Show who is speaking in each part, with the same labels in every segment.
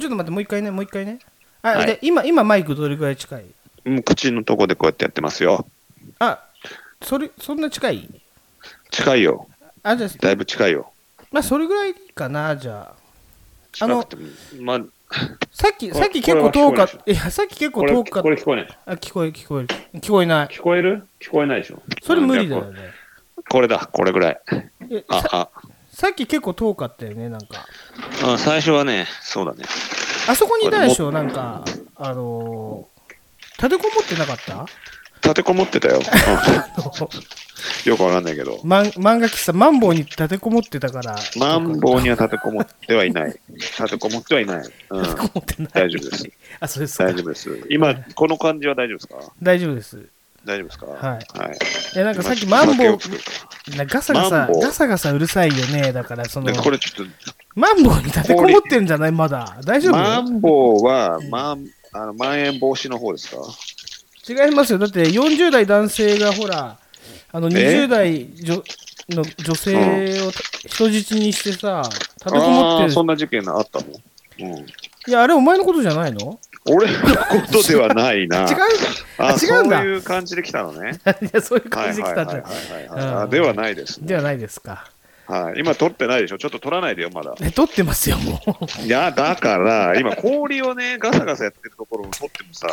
Speaker 1: ちょっと待って、もう一回ね、もう一回ね。あ、
Speaker 2: はい
Speaker 1: で今、今マイクどれぐらい近い
Speaker 2: うん口のとこでこうやってやってますよ。
Speaker 1: あ、それ、そんな近い
Speaker 2: 近いよ。
Speaker 1: あ、じゃあ、
Speaker 2: だいぶ近いよ。
Speaker 1: まあ、それぐらいかな、じゃあ。あ
Speaker 2: 近
Speaker 1: の
Speaker 2: くても。まあ、
Speaker 1: さっき、
Speaker 2: こ
Speaker 1: さっき結構遠かっ
Speaker 2: こ
Speaker 1: た。いや、さっき結
Speaker 2: こ
Speaker 1: 構
Speaker 2: れ
Speaker 1: 遠かっ
Speaker 2: これ聞こえない。
Speaker 1: た。あ、聞こえる、聞こえる。聞こえない。
Speaker 2: 聞こえる聞こえないでしょ。
Speaker 1: それ無理だよ
Speaker 2: なんか
Speaker 1: ね。
Speaker 2: ここれだ、これぐらい。
Speaker 1: えさ
Speaker 2: あ、
Speaker 1: さっき結構遠かったよね、なんか。
Speaker 2: あ、あ最初はね、そうだね。
Speaker 1: あそこにいたでしょ、なんか、あのー、立てこもってなかった
Speaker 2: 立てこもってたよ。うんよくわかんないけど。
Speaker 1: まん漫画喫茶、マンボウに立てこもってたから。
Speaker 2: マンボウには立てこもってはいない。立てこもってはいない。うん、
Speaker 1: 立てこもってない。
Speaker 2: 大丈夫です。
Speaker 1: あ、そうですか。
Speaker 2: 大丈夫です。今、この感じは大丈夫ですか
Speaker 1: 大丈夫です。
Speaker 2: 大丈夫ですか。
Speaker 1: はいえ、なんかさっきマ
Speaker 2: 今
Speaker 1: ンボ
Speaker 2: 酒を
Speaker 1: ウ、
Speaker 2: 作るか
Speaker 1: なガサガ
Speaker 2: マ
Speaker 1: サ
Speaker 2: ン、ボウ
Speaker 1: ガサガサうるさいよね。だから、その
Speaker 2: ら。、でこれちょっ
Speaker 1: マンボウに立てこもってんじゃないまだ。大丈
Speaker 2: と、
Speaker 1: 夫
Speaker 2: マンボウは、まん、あの、まん延防止の方ですか
Speaker 1: 違いますよ。だって40代男性がほら、あの
Speaker 2: え
Speaker 1: 20代女の女性を人質にしてさ、立てこもっ
Speaker 2: ああー、
Speaker 1: て
Speaker 2: そ
Speaker 1: る。
Speaker 2: んな事件があったのうん。
Speaker 1: いや、あれお前のことじゃないの
Speaker 2: 俺のことではないな。
Speaker 1: 違う
Speaker 2: あ
Speaker 1: あ違うんだ
Speaker 2: そういう感じで来たのね。
Speaker 1: いや、そういう
Speaker 2: は
Speaker 1: 感
Speaker 2: い
Speaker 1: じで
Speaker 2: は
Speaker 1: 来た
Speaker 2: いは
Speaker 1: ん
Speaker 2: い
Speaker 1: だ。
Speaker 2: はいは
Speaker 1: う
Speaker 2: い。
Speaker 1: ん
Speaker 2: あではないですね。
Speaker 1: ではないですか。
Speaker 2: はい。今撮ってないでしょちょっと撮らないでよ、まだ。
Speaker 1: え、撮ってますよ、もう。
Speaker 2: いや、だから、今氷をね、ガサガサやってるところを撮ってもさ、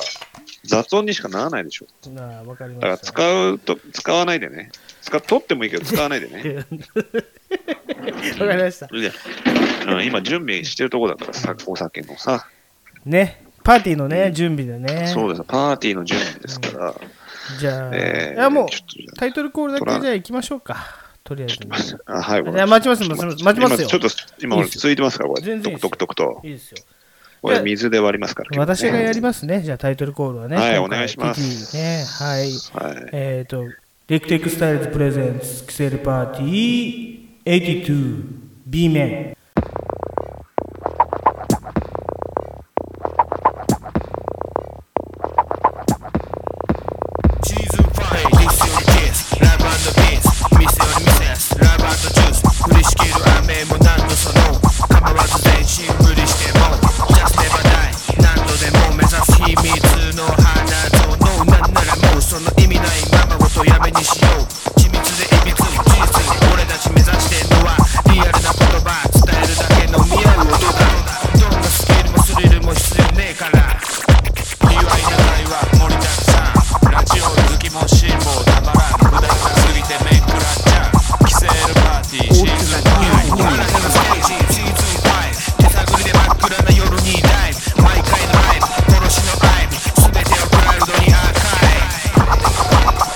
Speaker 2: 雑音にしかならないでしょ。
Speaker 1: なあ、わかり
Speaker 2: だか
Speaker 1: ま
Speaker 2: ら
Speaker 1: した。
Speaker 2: 使うと、使わないでね。使、取ってもいいけど、使わないで ね。
Speaker 1: わかりました。
Speaker 2: いやうん今、準備してるところだからさ、お酒のさ。
Speaker 1: ね。パーティーのね、準備でね。
Speaker 2: そうです。パーティーの準備ですから。
Speaker 1: じゃあ、
Speaker 2: えー
Speaker 1: いやもう
Speaker 2: ちょっとじゃ
Speaker 1: タイトルコールだけ
Speaker 2: 取ら
Speaker 1: じゃあ行きましょうか。とりあえずね、
Speaker 2: あはい、ごめん
Speaker 1: いや、待ちます、待ちます、待ちますよ。
Speaker 2: 今ちょっと、今、
Speaker 1: いい
Speaker 2: 俺、
Speaker 1: っすよ
Speaker 2: ついてますから、これ。
Speaker 1: 全然いいっ
Speaker 2: ト
Speaker 1: すよ
Speaker 2: クトクトクと。
Speaker 1: いいですよ。
Speaker 2: これ、水で割りますから。今日
Speaker 1: 私
Speaker 2: ね
Speaker 1: がやりますね。じゃあタイトルコールはね。
Speaker 2: はい
Speaker 1: 今回
Speaker 2: お願いします
Speaker 1: キティね、はい。
Speaker 2: はい。
Speaker 1: えっ、と、レクテックスタイルズプレゼンツキセルパーティー 82B 面。
Speaker 3: Season 5 This is the case Live on the bass 店より店 Live on the juice 降りしきる雨も何のその構わず全身無理しても Just never die 何度でも目指す秘密の花園なんならもうその意味ないままごとやめにしよう緻密でいびつ事実俺たち目指してんのはリアルな言葉伝えるだけの見合う音だどんなスキルもスリルも必要ねえからいわいな会話盛りだくさんラジオ好きも辛抱たまらん無駄が過ぎて面食らっちゃうキセルパーティーシーズン5新たなステージシーズン5手探りで真っ暗な夜にライブ毎回のライブ殺しのライブ全てをクラウドにアーカ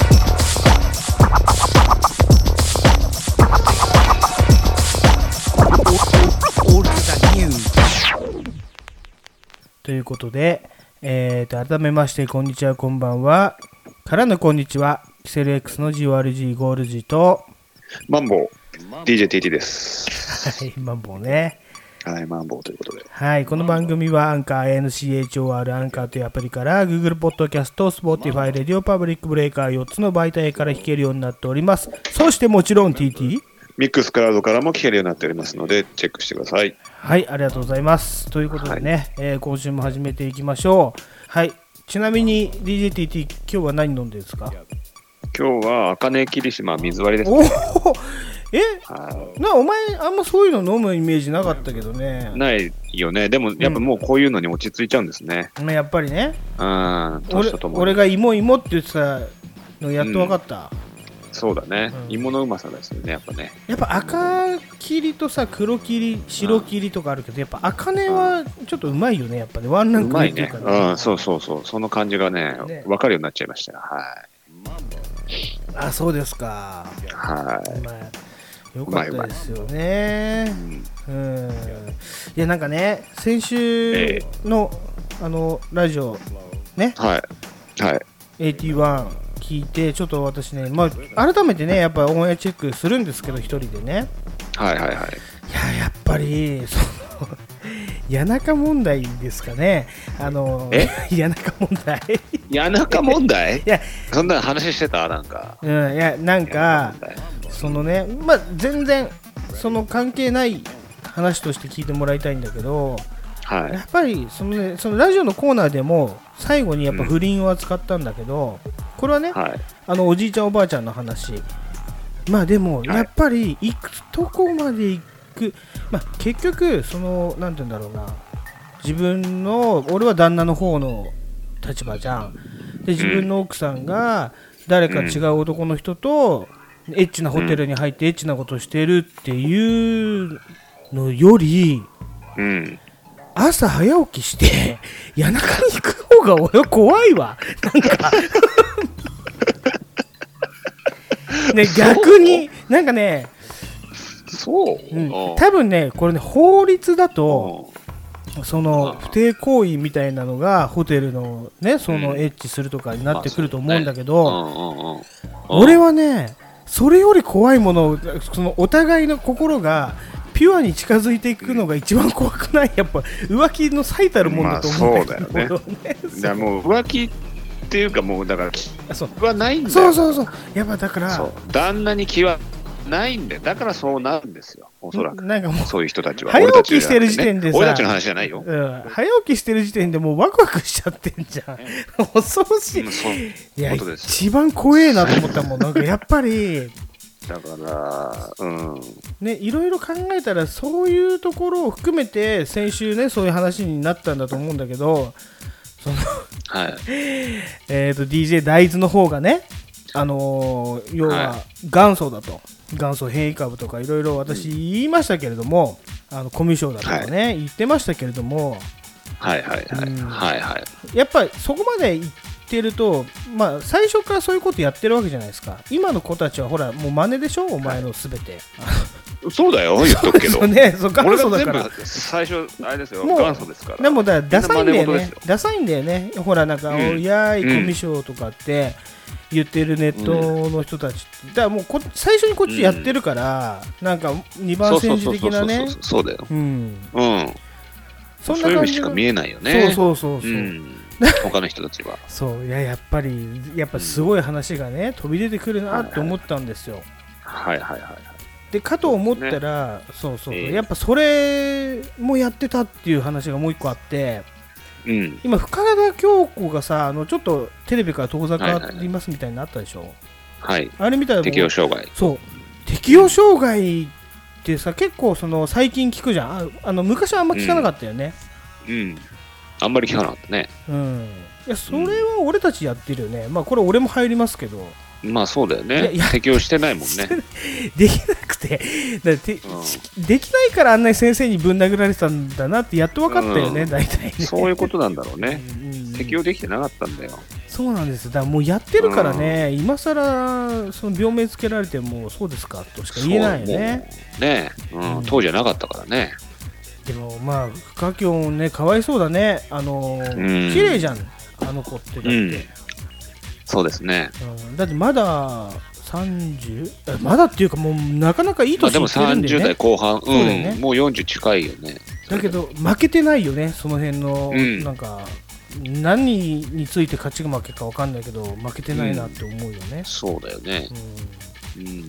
Speaker 3: イブ
Speaker 1: ということで、えっ、と、改めまして、こんにちは、こんばんは。からのこんにちは。キセル X の GORG ゴールジと、
Speaker 2: マンボウ、DJTT です。
Speaker 1: はい、マンボウね。
Speaker 2: はい、マンボウということで。
Speaker 1: はい、この番組はアンカー NCHOR アンカーというアプリから Google Podcast、Spotify、Radio Public Breaker 4つの媒体から弾けるようになっております。そしてもちろん TT。
Speaker 2: ミックスクラウドからも聞けるようになっておりますので、チェックしてください。
Speaker 1: はい、ありがとうございます。ということでね、えー今週も始めていきましょう。はい、ちなみに DJTT、今日は何飲んでるんですか
Speaker 2: 今日は、茜霧島水割りです。
Speaker 1: おお え
Speaker 2: は
Speaker 1: な、お前、あんまそういうの飲むイメージなかったけどね
Speaker 2: い。ないよね。でも、やっぱもうこういうのに落ち着いちゃうんですね。
Speaker 1: まあやっぱりね、
Speaker 2: うん、年
Speaker 1: 俺
Speaker 2: ととも
Speaker 1: 俺
Speaker 2: に。
Speaker 1: が芋芋って言ってたのやっと分かった。
Speaker 2: そうだね
Speaker 1: う。ん
Speaker 2: 芋のうまさですよね、やっぱね。
Speaker 1: やっぱ赤霧とさ黒霧白霧とかあるけどやっぱ赤根はちょっとうまいよねやっぱねワンラン
Speaker 2: う
Speaker 1: ク
Speaker 2: ま
Speaker 1: 上っ
Speaker 2: い
Speaker 1: ていう
Speaker 2: ね。
Speaker 1: か
Speaker 2: うん、そうそうそう。その感じがね
Speaker 1: ね、
Speaker 2: わかるようになっちゃいましたよ。は
Speaker 1: あそうですか
Speaker 2: い。はい。
Speaker 1: まあよかったですよね
Speaker 2: うん
Speaker 1: うんいやなんかね先
Speaker 2: え
Speaker 1: 週のあのラジオね
Speaker 2: はい。はい。
Speaker 1: 81聞いてちょっと私ねまあ改めてねやっぱオンエアチェックするんですけど一人でね
Speaker 2: はいはい
Speaker 1: い
Speaker 2: はい。
Speaker 1: ややっぱりその谷中問題ですかねあの
Speaker 2: え
Speaker 1: 谷中問題い
Speaker 2: 谷中問題
Speaker 1: や,、
Speaker 2: そんなの話してたなんか。
Speaker 1: うん、いやなんか
Speaker 2: 谷中問題
Speaker 1: そのねまあ全然その関係ない話として聞いてもらいたいんだけど
Speaker 2: はい。
Speaker 1: やっぱりその、ね、そのラジオのコーナーでも最後にやっぱ不倫を扱ったんだけど、これはね、
Speaker 2: はい。
Speaker 1: あのおじいちゃんおばあちゃんの話まあでも
Speaker 2: い
Speaker 1: やっぱり行くとこまで行く、まあ、結局そのなんて言うんだろうな自分の俺は旦那の方の立場じゃんで自分の奥さんが誰か違う男の人とエッチなホテルに入ってエッチなことをしてるっていうのより
Speaker 2: うん。
Speaker 1: 朝早起き して谷中に行く方が俺は怖いわなんかね逆になんかね、
Speaker 2: そう、
Speaker 1: うん
Speaker 2: うん
Speaker 1: 多分ねこれね法律だとその
Speaker 2: うん
Speaker 1: 不貞行為みたいなのがホテルのねその
Speaker 2: うん
Speaker 1: エッチするとかになってくると思
Speaker 2: まあ
Speaker 1: うんだけ
Speaker 2: う
Speaker 1: ど
Speaker 2: んうんうんうん
Speaker 1: 俺はねそれより怖いものをそのお互いの心がピュアに近づいていくのが一番怖くない やっぱ浮気の最たるもんだと思うんだけど、
Speaker 2: まあそう
Speaker 1: だよね
Speaker 2: だからもう浮気っていうかもうだから気
Speaker 1: そう
Speaker 2: はないんだよ
Speaker 1: そうそうそうやっぱだから
Speaker 2: そう旦那に気はないんだよだからそうなるんですよおそらく
Speaker 1: なんかもう、
Speaker 2: そういう人たちは
Speaker 1: 早起きしてる時点でさ
Speaker 2: 俺たちの話じゃないよ、
Speaker 1: うん、早起きしてる時点でもうワクワクしちゃってんじ ゃん恐ろしい、
Speaker 2: うんそう
Speaker 1: いや
Speaker 2: ことです
Speaker 1: 一番怖えなと思ったもんなんかやっぱり
Speaker 2: だからうん
Speaker 1: ねいろいろ考えたらそういうところを含めて先週ねそういう話になったんだと思うんだけど
Speaker 2: はい
Speaker 1: えー、と DJ 大豆の方がね、あのー要
Speaker 2: は
Speaker 1: は元祖だと、元祖変異株とかいろいろ私言いましたけれども、あのコミュ障だとかね、言ってましたけれども、
Speaker 2: はいはいはい、
Speaker 1: うん
Speaker 2: はいはい
Speaker 1: やっぱりそこまで言ってると、まあ、最初からそういうことやってるわけじゃないですか、今の子たちはほら、もう真似でしょ、お前のすべて。
Speaker 2: そうだよ言っとくけど
Speaker 1: そうね、そう元
Speaker 2: 俺
Speaker 1: 祖
Speaker 2: が
Speaker 1: だ
Speaker 2: 全
Speaker 1: から。
Speaker 2: 部最初あれですよ
Speaker 1: もう
Speaker 2: 元祖ですから
Speaker 1: でもだダサいんだよ
Speaker 2: みんな真似事で
Speaker 1: ね
Speaker 2: すよ、
Speaker 1: ダサいんだよね、ほら、なんか、
Speaker 2: うん
Speaker 1: おいやーい、
Speaker 2: うん
Speaker 1: コミュ障とかって言ってるネットの人たちって、だからもうこ最初にこっちやってるから、なんか二
Speaker 2: そ
Speaker 1: 番
Speaker 2: うそ
Speaker 1: 煎
Speaker 2: う
Speaker 1: じ
Speaker 2: そう
Speaker 1: 的
Speaker 2: そう
Speaker 1: な
Speaker 2: そう
Speaker 1: ね、
Speaker 2: そうだよ
Speaker 1: うん、
Speaker 2: うん
Speaker 1: そん
Speaker 2: そ
Speaker 1: な
Speaker 2: ういう
Speaker 1: 感
Speaker 2: の
Speaker 1: じ
Speaker 2: しか
Speaker 1: の
Speaker 2: 見えないよねう
Speaker 1: そうそうそうそう、
Speaker 2: ん、他の人たちは
Speaker 1: そういや、やっぱり、やっぱすごい話がね、飛び出てくるなって思ったんですよ。
Speaker 2: はいはいはい
Speaker 1: でかと思ったら、そうそうそう、
Speaker 2: ええ
Speaker 1: やっぱそれもやってたっていう話がもう一個あって
Speaker 2: うん
Speaker 1: 今深田恭子がさあのちょっとテレビから遠ざ
Speaker 2: は
Speaker 1: か
Speaker 2: いはいはい
Speaker 1: りますみたいになったでしょ、
Speaker 2: はい
Speaker 1: あれみたいな
Speaker 2: 適応障害
Speaker 1: そう適応障害ってさ結構その最近聞くじゃんああの昔はあんま聞かなかったよね
Speaker 2: うんあんまり聞かなかったね
Speaker 1: うん、いやそれは俺たちやってるよね、まあこれ俺も入りますけど
Speaker 2: まあそうだよ
Speaker 1: いや
Speaker 2: ね
Speaker 1: いや
Speaker 2: 適応してないもんね
Speaker 1: できなくてだってできないからあんなに先生にぶん殴られてたんだなってやっと分かったよね、
Speaker 2: うん
Speaker 1: 大体ね
Speaker 2: そういうことなんだろうね
Speaker 1: うん
Speaker 2: 適応できてなかったんだよ
Speaker 1: そうなんですよだからもうやってるからね、今さらその病名つけられてもそうですかとしか言えないよね
Speaker 2: そうもうねえ、
Speaker 1: う
Speaker 2: うんん、当時はなかったからね
Speaker 1: でもまあ深きょんねかわいそうだねあのー
Speaker 2: うん
Speaker 1: 綺麗じゃんあの子ってだって、
Speaker 2: う
Speaker 1: うん
Speaker 2: んそうですね
Speaker 1: だってまだ 30? えまだっていうかもうなかなかいい
Speaker 2: ま
Speaker 1: 年
Speaker 2: あで
Speaker 1: い
Speaker 2: も
Speaker 1: ってるんで
Speaker 2: 30
Speaker 1: ね
Speaker 2: 代後半う,、
Speaker 1: そうだよね
Speaker 2: んもう40近いよね
Speaker 1: だけど負けてないよねその辺の、
Speaker 2: うん
Speaker 1: なんか何について勝ち負けか分かんないけど負けてないなって思うよね、
Speaker 2: そうだよね
Speaker 1: うん
Speaker 2: うん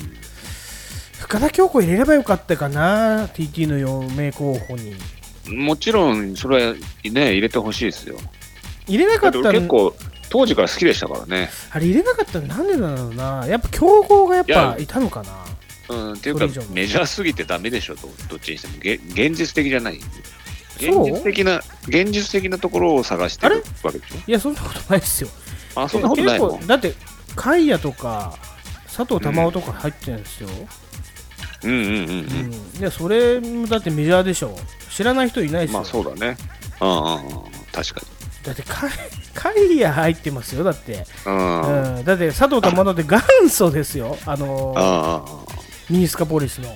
Speaker 1: 深田恭子入れればよかったかな TT の4名候補に
Speaker 2: もちろんそれはね入れてほしいですよ
Speaker 1: 入れなかっ
Speaker 2: だっ
Speaker 1: た
Speaker 2: て俺結
Speaker 1: の
Speaker 2: 構当時から好きでしたからね
Speaker 1: あれ入れなかったのなんでなんだろうなやっぱ強豪がやっぱ
Speaker 2: いや
Speaker 1: いたのかな
Speaker 2: うん、っていうか
Speaker 1: それ以上の
Speaker 2: メジャーすぎてダメでしょどどっちにしてもげ現実的じゃない現
Speaker 1: そう
Speaker 2: 実的な現実的なところを探してるわけでしょ
Speaker 1: いやそんなことないですよ
Speaker 2: あそんなことないの
Speaker 1: 結構だって海也とか佐藤珠緒とか入ってるんですよ、
Speaker 2: うんうんうん
Speaker 1: うんいやそれもだってメジャーでしょ知らない人いない
Speaker 2: うん
Speaker 1: ですよ、
Speaker 2: まあそうだねうんうんうん確か
Speaker 1: だってか海也入ってますよだって、
Speaker 2: にうん
Speaker 1: う
Speaker 2: うんうん
Speaker 1: んだって佐藤珠緒って元祖ですよあのーミニスカポリスの
Speaker 2: は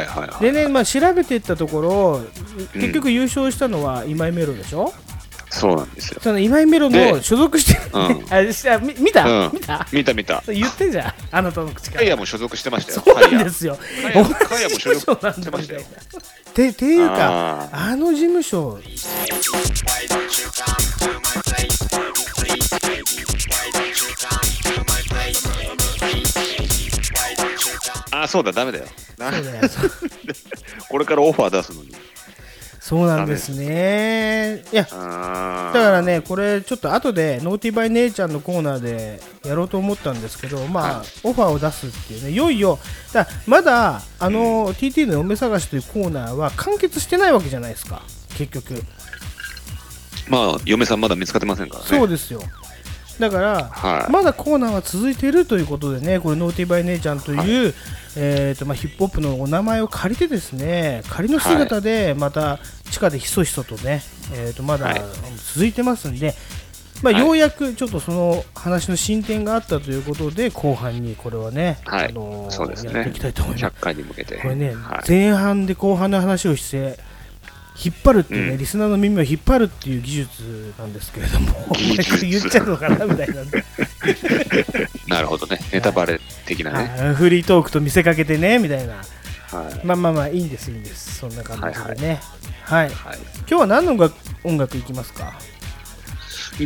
Speaker 2: いはいはい
Speaker 1: でね、まあ、調べていったところ、結局優勝したのは今井メロでしょ、
Speaker 2: そうなんですよ
Speaker 1: その今井メロの
Speaker 2: で
Speaker 1: 所属してる、
Speaker 2: うん
Speaker 1: あれしたみ見た、
Speaker 2: うん
Speaker 1: 見た
Speaker 2: 見た見た
Speaker 1: 言ってんじゃん、あなたの口か
Speaker 2: カイ
Speaker 1: ら。
Speaker 2: ヤも所属してましたよ
Speaker 1: そうなん
Speaker 2: カイ
Speaker 1: で
Speaker 2: ヤ
Speaker 1: すよ。
Speaker 2: カイ
Speaker 1: 同
Speaker 2: ヤ
Speaker 1: じ
Speaker 2: カイヤも所
Speaker 1: 事務所な
Speaker 2: 属
Speaker 1: ん
Speaker 2: して
Speaker 1: だみい
Speaker 2: ましたたよ
Speaker 1: な。てていうか
Speaker 2: あ、ー
Speaker 1: あの事務所、
Speaker 2: あそうだダメだよな
Speaker 1: そうだよ
Speaker 2: これからオファー出すのに
Speaker 1: そうなんですね。いや、
Speaker 2: あ
Speaker 1: だ
Speaker 2: ー
Speaker 1: からね、これちょっと後で、ノーティーバイ姉ちゃんのコーナーでやろうと思ったんですけど、まあ、オファーを出すっていうね、いよいよ、だまだ、あの、TT の嫁探しというコーナーは完結してないわけじゃないですか、結局。
Speaker 2: まあ、嫁さんまだ見つかってませんからね。
Speaker 1: そうですよ。だから、
Speaker 2: はい
Speaker 1: まだコーナーは続いているということでね、これ、ノーティーバイ姉ちゃんという、えーとまあ、ヒップホップのお名前を借りてですね、仮の姿で、また地下でひそひそとね、えーとま
Speaker 2: は
Speaker 1: だ
Speaker 2: い
Speaker 1: 続いてますんで、まあ、
Speaker 2: はい
Speaker 1: ようやくちょっとその話の進展があったということで、後半にこれはね、
Speaker 2: は
Speaker 1: あ
Speaker 2: い。
Speaker 1: のー
Speaker 2: そうですね。
Speaker 1: やっていきたいと思います
Speaker 2: 100。回に向けて。
Speaker 1: これね、
Speaker 2: はい
Speaker 1: 前半で後半の話をして引っ張るっていうね、
Speaker 2: うん
Speaker 1: リスナーの耳を引っ張るっていう技術なんですけれども、お
Speaker 2: 技術
Speaker 1: 前これ言っちゃうのかなみたいな、
Speaker 2: なるほどね。ネタバレ的なね。
Speaker 1: あフリートークと見せかけてねみたいな、
Speaker 2: はい。
Speaker 1: まあまあまあ、いいんです、いいんです、そんな感じでね。はい、
Speaker 2: はい
Speaker 1: 今日は何の音楽音楽いきますか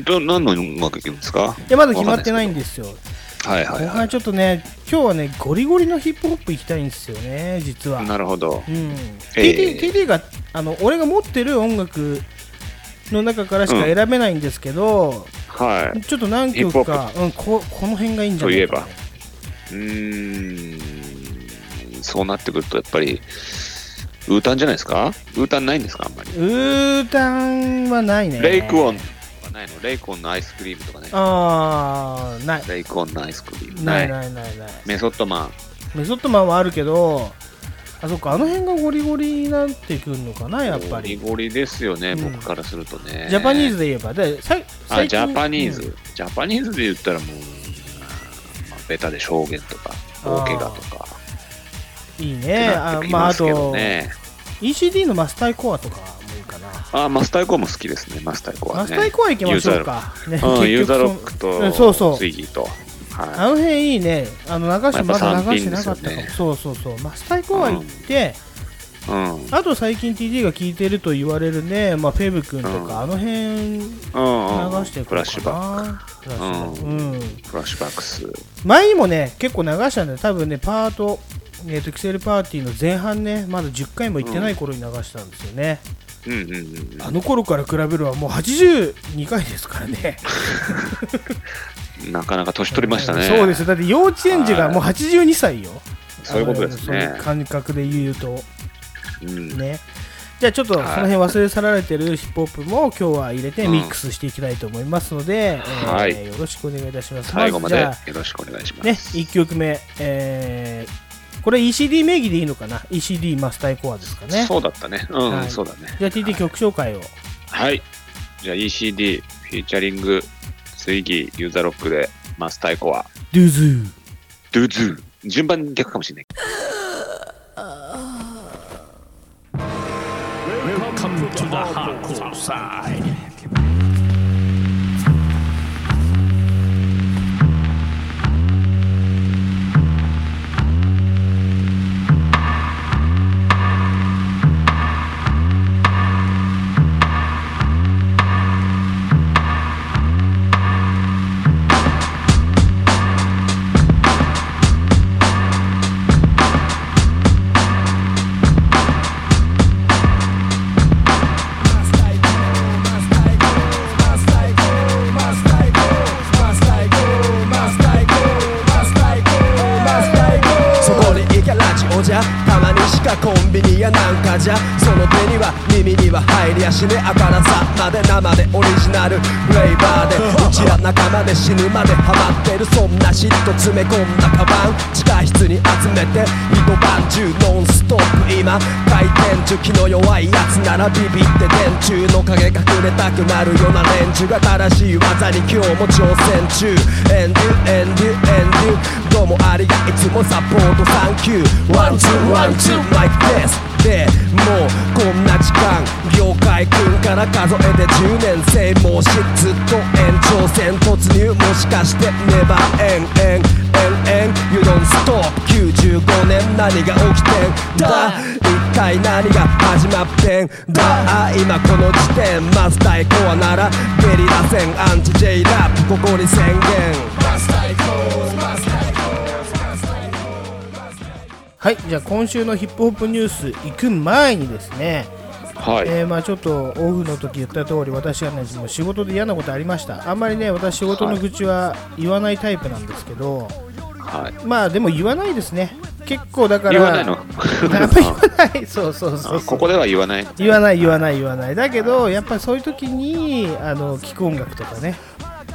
Speaker 2: ど何の音楽いくんですか
Speaker 1: いやまだ決まってないん
Speaker 2: で。
Speaker 1: ですよ、
Speaker 2: はいはい
Speaker 1: 後
Speaker 2: は
Speaker 1: 半ちょっとね、今日はね、ゴリゴリのヒップホップ行きたいんですよね、実は。
Speaker 2: い。なるほど
Speaker 1: う。ん
Speaker 2: え
Speaker 1: TT,
Speaker 2: ー
Speaker 1: TT があの俺が持ってる音楽の中からしか
Speaker 2: うん
Speaker 1: 選べないんですけど、
Speaker 2: はい。
Speaker 1: ちょっと何曲か、うん、ここの辺がいいんじゃないかな
Speaker 2: といいうーん。そうなってくると、やっぱり、ウータンじゃないですかウータンないんですかあんまり。
Speaker 1: うーたんはないね
Speaker 2: レイクオンはないのレイクオンのアイスクリームとかね。
Speaker 1: あーない
Speaker 2: レイクオンのアイスクリーム。
Speaker 1: な
Speaker 2: ないい。
Speaker 1: ないないない
Speaker 2: メソッドマン。
Speaker 1: メソッドマンはあるけどあそっかあの辺がゴリゴリになってくるのかなやっぱり
Speaker 2: ゴリゴリですよね、
Speaker 1: うん
Speaker 2: 僕からするとね。
Speaker 1: ジャパニーズで言えばでさい
Speaker 2: あ、
Speaker 1: 最
Speaker 2: ジ
Speaker 1: 近
Speaker 2: ャパニーズ。
Speaker 1: うん
Speaker 2: ジャパニーズで言ったらもう、まあ、ベタで証言とか、大怪我とか。
Speaker 1: いい
Speaker 2: って
Speaker 1: ね
Speaker 2: なっ
Speaker 1: あ
Speaker 2: てき
Speaker 1: まあ
Speaker 2: ま
Speaker 1: あ
Speaker 2: すけど
Speaker 1: と
Speaker 2: ね
Speaker 1: ECD のマスターコアとかもいいかな
Speaker 2: あマスターコアも好きですね、マスターコア、ね。
Speaker 1: マスターコア行きましょうか。ね、結
Speaker 2: うん、ユ
Speaker 1: 局そ
Speaker 2: ーザー
Speaker 1: の
Speaker 2: ロック
Speaker 1: うんそうそ
Speaker 2: と、
Speaker 1: う
Speaker 2: ツイギーと。
Speaker 1: あ
Speaker 2: は
Speaker 1: の辺いいね。あの流して
Speaker 2: ま
Speaker 1: ま
Speaker 2: あやっ
Speaker 1: だ
Speaker 2: ぱ
Speaker 1: 流してなか
Speaker 2: 三
Speaker 1: った
Speaker 2: 品
Speaker 1: か
Speaker 2: で
Speaker 1: も。
Speaker 2: す
Speaker 1: そうそうそう。マスターコア行って、
Speaker 2: い。うん。
Speaker 1: あと最近 TD が聞いてると言われるね、まあフェブ君と
Speaker 2: うん
Speaker 1: かあの辺流
Speaker 2: うん、うん。
Speaker 1: していこうかな。
Speaker 2: フラッシュバッ
Speaker 1: フラッシュバック。
Speaker 2: う
Speaker 1: うん。
Speaker 2: ク。フラッシュバックス。
Speaker 1: 前にもね、結構流したんだよ。多分ね、パート。えーとキセルパーティーの前半ねまだ10回も行ってない頃に流したんですよね、
Speaker 2: うんうんうん。
Speaker 1: あの頃から比べるはもう82回ですからね
Speaker 2: なかなか年取りましたね。
Speaker 1: そうですよだって幼稚園児がもう82歳よ。
Speaker 2: そういうことです
Speaker 1: あのそう
Speaker 2: ね
Speaker 1: いう。感覚で言うと
Speaker 2: うん。
Speaker 1: ね。じゃあちょっとその
Speaker 2: はい
Speaker 1: 辺忘れ去られてるヒップホップも今日は入れて
Speaker 2: うん
Speaker 1: ミックスしていきたいと思いますので、
Speaker 2: は
Speaker 1: えー
Speaker 2: い
Speaker 1: よろしくお願いいたします。
Speaker 2: 最後まで
Speaker 1: ずじ
Speaker 2: よ
Speaker 1: ゃ
Speaker 2: ろしくお願いし
Speaker 1: あ
Speaker 2: ます。
Speaker 1: ね、1曲目、えーこれ ECD 名義でいいのかな ?ECD マスターコアですかね。
Speaker 2: そうだったね。うん、
Speaker 1: はい
Speaker 2: そうだね。
Speaker 1: じゃあ TT 曲紹介を。
Speaker 2: はい。じゃあ ECD、フィーチャリング、ツイギー、ユーザーロックで、マスタイコア、
Speaker 1: ドゥズー。
Speaker 2: ドゥズー。順番逆かもしれない。
Speaker 4: Welcome to the hardcore side.
Speaker 5: そこに行けラジオじゃたまにしかコンビニやなんかじゃその手には耳には入りやしねあからさまで生でオリジナルフレーバーでうちら仲間で死ぬまでハマってるそんな嫉妬詰め込んだカバン地下室に集めて一晩中ノンストップ今回転中気の弱いやつならビビって電柱の影隠れたくなるような連中が正しい技に今日も挑戦中エンデュエンデュエンデュどうもありがいつもサポートサンキューワンツーワンツーマイクですでもうこんな時間業界君から数えて10年生もしずっと延長戦突入もしかしてネバーエンエンエンエン You don't stop 95年何が起きてんだ一体何が始まってんだあ今この時点マスタイコアならゲリラ戦アンチ J ラップここに宣言
Speaker 1: はい、じゃあ今週のヒップホップニュース行く前にですね、
Speaker 2: はい。
Speaker 1: えーまあちょっとオフの時言った通り私はねもう仕事で嫌なことありましたあんまりね私仕事の愚痴は言わないタイプなんですけど、
Speaker 2: はい。
Speaker 1: まあでも言わないですね結構だから
Speaker 2: 言わないの
Speaker 1: あんま言わない そうそうそうそう
Speaker 2: あここでは言わない。
Speaker 1: 言わない言わない言わないだけどやっぱりそういう時にあの聞く音楽とかね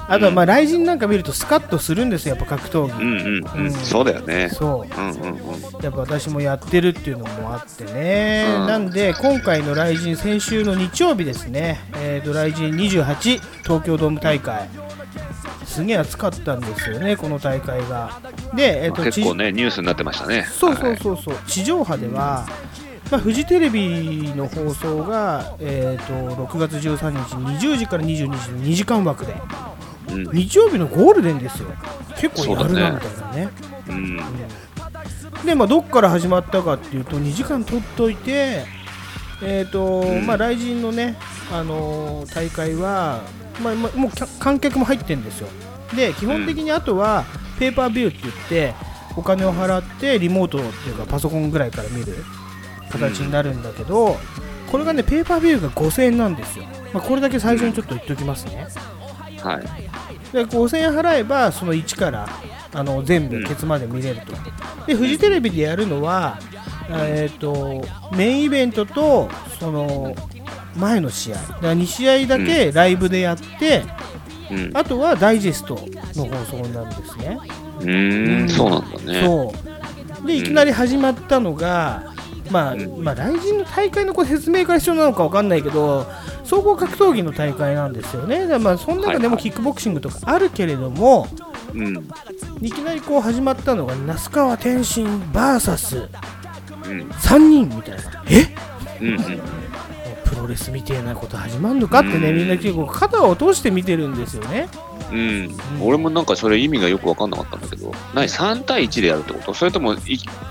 Speaker 1: あとはまあ雷神なんか見るとスカッとするんですよやっぱ格闘
Speaker 2: う
Speaker 1: 技、
Speaker 2: んうん
Speaker 1: う
Speaker 2: うんん。そうだよね。
Speaker 1: そう
Speaker 2: うんうんうん。
Speaker 1: やっぱ私もやってるっていうのもあってね、
Speaker 2: うん
Speaker 1: なんで今回の来神先週の日曜日ですね、えー、と来神28東京ドーム大会すげえ暑かったんですよねこの大会がで、えー
Speaker 2: まあ
Speaker 1: と
Speaker 2: 結構
Speaker 1: 地
Speaker 2: ね、ニュースになってましたね。
Speaker 1: そうそ
Speaker 2: は
Speaker 1: う
Speaker 2: い
Speaker 1: そうそう、地上波では、まあ、フジテレビの放送が、えー、と6月13日20時から22時の2時間枠で
Speaker 2: うん
Speaker 1: 日曜日のゴールデンですよ結構やるな
Speaker 2: そ
Speaker 1: み
Speaker 2: うだね
Speaker 1: たいなね
Speaker 2: うん。
Speaker 1: で、まあ、どっから始まったかっていうと2時間取っといて、えーと
Speaker 2: うん
Speaker 1: まあ、来神のね、あのー大会は、まあまあもうきゃ観客も入ってるんですよで基本的にあとはペーパービューって言ってお金を払ってリモートっていうかパソコンぐらいから見る形になるんだけど、これがねペーパービューが5000円なんですよ、まあ、これだけ最初にちょっと言っておきますね、
Speaker 2: はい。
Speaker 1: で5000円払えばその1からあの全部ケツまで見れると、でフジテレビでやるのは、えー、とメインイベントとその前の試合だから2試合だけライブでやって、
Speaker 2: うん。う
Speaker 1: あとはダイジェストの放送になるんですね、
Speaker 2: ーん、そうなんだね。
Speaker 1: そうでいきなり始まったのが、まあ、
Speaker 2: うん
Speaker 1: まあ来人の大会のこう説明が必要なのかわかんないけど総合格闘技の大会なんですよねだからまあその中でもキックボクシングとかあるけれども、
Speaker 2: うん。
Speaker 1: いきなりこう始まったのが那須川天心 VS3
Speaker 2: うん。
Speaker 1: 人みたいなえ
Speaker 2: うんうん。
Speaker 1: プロレスみたいなこと始まんのかってね
Speaker 2: うん
Speaker 1: みんな結構肩を落として見てるんですよね
Speaker 2: うん、俺もなんかそれ意味がよく分かんなかったんだけど、何、3対1でやるってことそれともい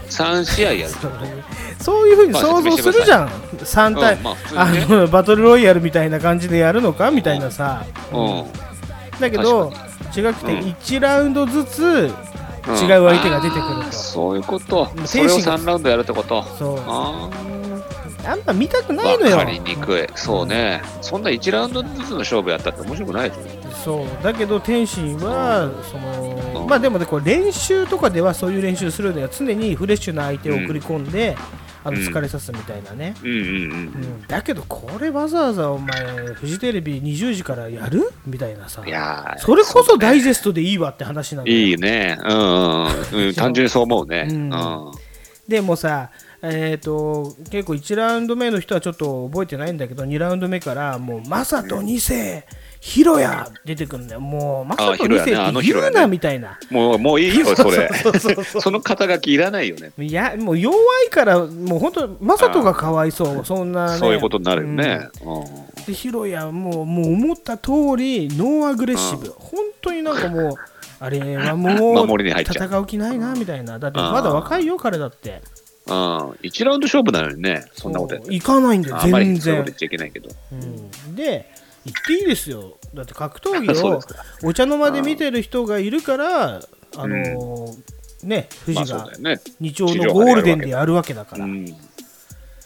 Speaker 2: 3試合やるってこと
Speaker 1: そういうふうに想像するじゃん3対、
Speaker 2: うんまあ普通
Speaker 1: あ
Speaker 2: にね
Speaker 1: のバトルロイヤルみたいな感じでやるのかみたいなさ
Speaker 2: う
Speaker 1: だけど違くて
Speaker 2: うん
Speaker 1: 1ラウンドずつ
Speaker 2: ん
Speaker 1: 違う相手が出てくる
Speaker 2: あー
Speaker 1: と、
Speaker 2: そういうこと
Speaker 1: もう。
Speaker 2: それを
Speaker 1: 精神が
Speaker 2: 3ラウンドやるってこと。
Speaker 1: そう
Speaker 2: あ
Speaker 1: あんま見たく
Speaker 2: あ、
Speaker 1: ないの
Speaker 2: 分
Speaker 1: よ
Speaker 2: かりにくい。そうね。そんな1ラウンドずつの勝負やったって面白くないでしょ。
Speaker 1: そうだけど天心はその
Speaker 2: うん
Speaker 1: まあでもねこう練習とかではそういう練習するのは常にフレッシュな相手を送り込んで、
Speaker 2: ん
Speaker 1: あの
Speaker 2: うん
Speaker 1: 疲れさすみたいなね、
Speaker 2: うんうんう。
Speaker 1: うんん、だけどこれわざわざお前フジテレビ20時からやるみたいなさ
Speaker 2: いやー
Speaker 1: それこそダイジェストでいいわって話なんだよ
Speaker 2: いいね。うんうんうんうん。単純にそう思うね。
Speaker 1: う
Speaker 2: うんん。は
Speaker 1: でもさ、えー、と結構1ラウンド目の人はちょっと覚えてないんだけど2ラウンド目からもうマサト2世ヒロヤ出てくるんだよもうマサト2世
Speaker 2: あヒロヤねあ
Speaker 1: っ
Speaker 2: の
Speaker 1: て
Speaker 2: ヒロ
Speaker 1: 言うな
Speaker 2: ヤね
Speaker 1: みたいな。
Speaker 2: もう、もういいよ、それ。
Speaker 1: そうそうそうそう
Speaker 2: その肩書きいらないよね。
Speaker 1: いやもう弱いからもう本当マサトがかわいそうそんな、ね、
Speaker 2: そういうことになるよね。
Speaker 1: うん、でヒロヤもうもう思った通りノーアグレッシブ、本当になんか もうあれはもう
Speaker 2: 守りに入っちゃう
Speaker 1: 戦う気ないなみたいなだって
Speaker 2: あー
Speaker 1: まだ若いよ彼だって
Speaker 2: うん。うん。1ラウンド勝負なのにね、そんなことやって
Speaker 1: 行かないんだよ
Speaker 2: あんま
Speaker 1: 全
Speaker 2: りそう
Speaker 1: 然
Speaker 2: いうこと言っちゃいけないけど。
Speaker 1: うんで言っていいですよだって格闘
Speaker 2: そ
Speaker 1: 技
Speaker 2: うで
Speaker 1: を
Speaker 2: すか
Speaker 1: お茶の間で見てる人がいるからあのーね富
Speaker 2: まあ
Speaker 1: 士
Speaker 2: そう
Speaker 1: が
Speaker 2: だよね。
Speaker 1: 日曜のゴールデンでやるわけだか
Speaker 2: う
Speaker 1: ら、
Speaker 2: ん。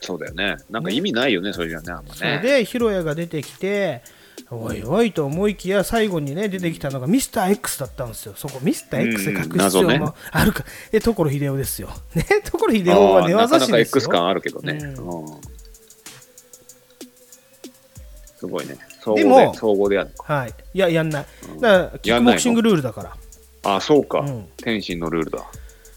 Speaker 2: そうだよね。なんか意味ないよね、それじゃね、あんま
Speaker 1: それ
Speaker 2: ね。
Speaker 1: でヒロヤが出てきておいおいと思いきや最後にね出てきたのがミスター X だったんですよそこミスター X で
Speaker 2: う
Speaker 1: 隠
Speaker 2: ん
Speaker 1: す必
Speaker 2: 謎ね
Speaker 1: 要もあるか、で所秀夫ですよね所秀
Speaker 2: あ
Speaker 1: 夫は
Speaker 2: ー
Speaker 1: 寝
Speaker 2: な
Speaker 1: 技
Speaker 2: かな
Speaker 1: 師
Speaker 2: か
Speaker 1: です
Speaker 2: X
Speaker 1: よ
Speaker 2: 感あるけどね。
Speaker 1: うん
Speaker 2: うんすごいね。総
Speaker 1: で
Speaker 2: 合
Speaker 1: も
Speaker 2: で、総合でやるのか。
Speaker 1: はいいややんないだからキックボクシングルールだから
Speaker 2: あ、そうか
Speaker 1: うん。
Speaker 2: 天心のルールだ。